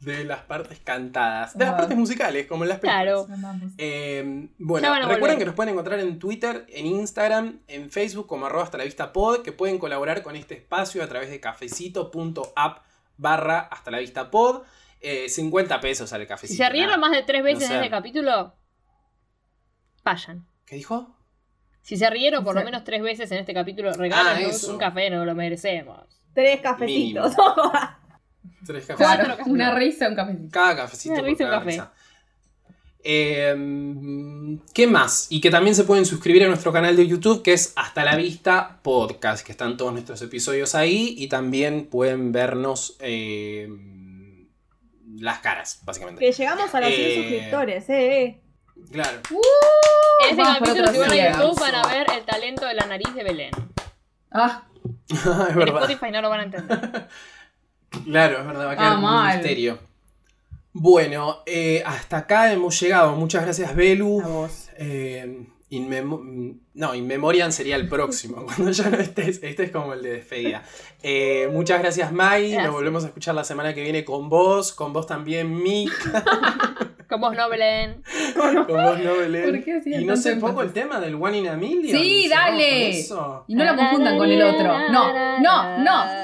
A: De las partes cantadas. De las
B: Ajá.
A: partes musicales, como en las películas.
D: Ah. Claro.
A: Eh,
D: Ya
A: bueno,
D: van a
A: recuerden
D: volver.
A: que nos pueden encontrar en Twitter, en Instagram, en Facebook como arroba hasta la vista pod, que pueden colaborar con este espacio a través de cafecito.app barra hasta la vista pod. Eh, 50 pesos al
D: Si
A: cafecito.
D: se rieron
A: nada.
D: más de tres veces
A: sé.
D: en este capítulo, vayan.
A: ¿Qué dijo?
D: Si se rieron por
B: Sí.
D: lo menos tres veces en este capítulo,
A: Ah,
D: regálanos
A: eso.
D: un café, nos lo merecemos.
C: Tres cafecitos.
A: Tres cafecitos.
B: Claro, una risa, un cafecito.
A: Cada cafecito
D: Una
A: por
D: risa, un
A: cada
D: café.
A: risa. Eh, ¿Qué más? Y que también se pueden suscribir a nuestro canal de YouTube que es Hasta la Vista Podcast, que están todos nuestros episodios ahí y también pueden vernos eh, las caras, básicamente.
C: Que llegamos a los 100
A: Eh.
C: suscriptores, eh.
A: Claro.
D: En este
B: Vamos por
D: capítulo,
B: otro
D: si van a
B: cielo.
D: YouTube, van a ver el talento de la nariz de Belén.
B: Ah,
A: es
D: En
A: verdad.
D: Spotify no lo van a entender.
A: Claro, es verdad, va a
B: Ah,
A: quedar como un
B: mal.
A: misterio. Bueno, eh, hasta acá hemos llegado. Muchas gracias, Belu.
B: a vos.
A: Eh, in memo- mm, no, In Memoriam sería el próximo, cuando ya no estés. Este es como el de despedida. Eh, muchas gracias, Mai.
D: Gracias.
A: Nos volvemos a escuchar la semana que viene con vos, con vos también, Mick,
D: Con vos no, Belén.
A: con vos, no, Belén.
B: ¿Por qué
A: y
B: hacía
A: no
B: tanto
A: sé poco
B: énfasis?
A: el tema del One in a Million.
B: Sí,
A: ¿Cerramos
B: dale.
A: con eso?
B: Y no lo confundan con el otro. No, no, no.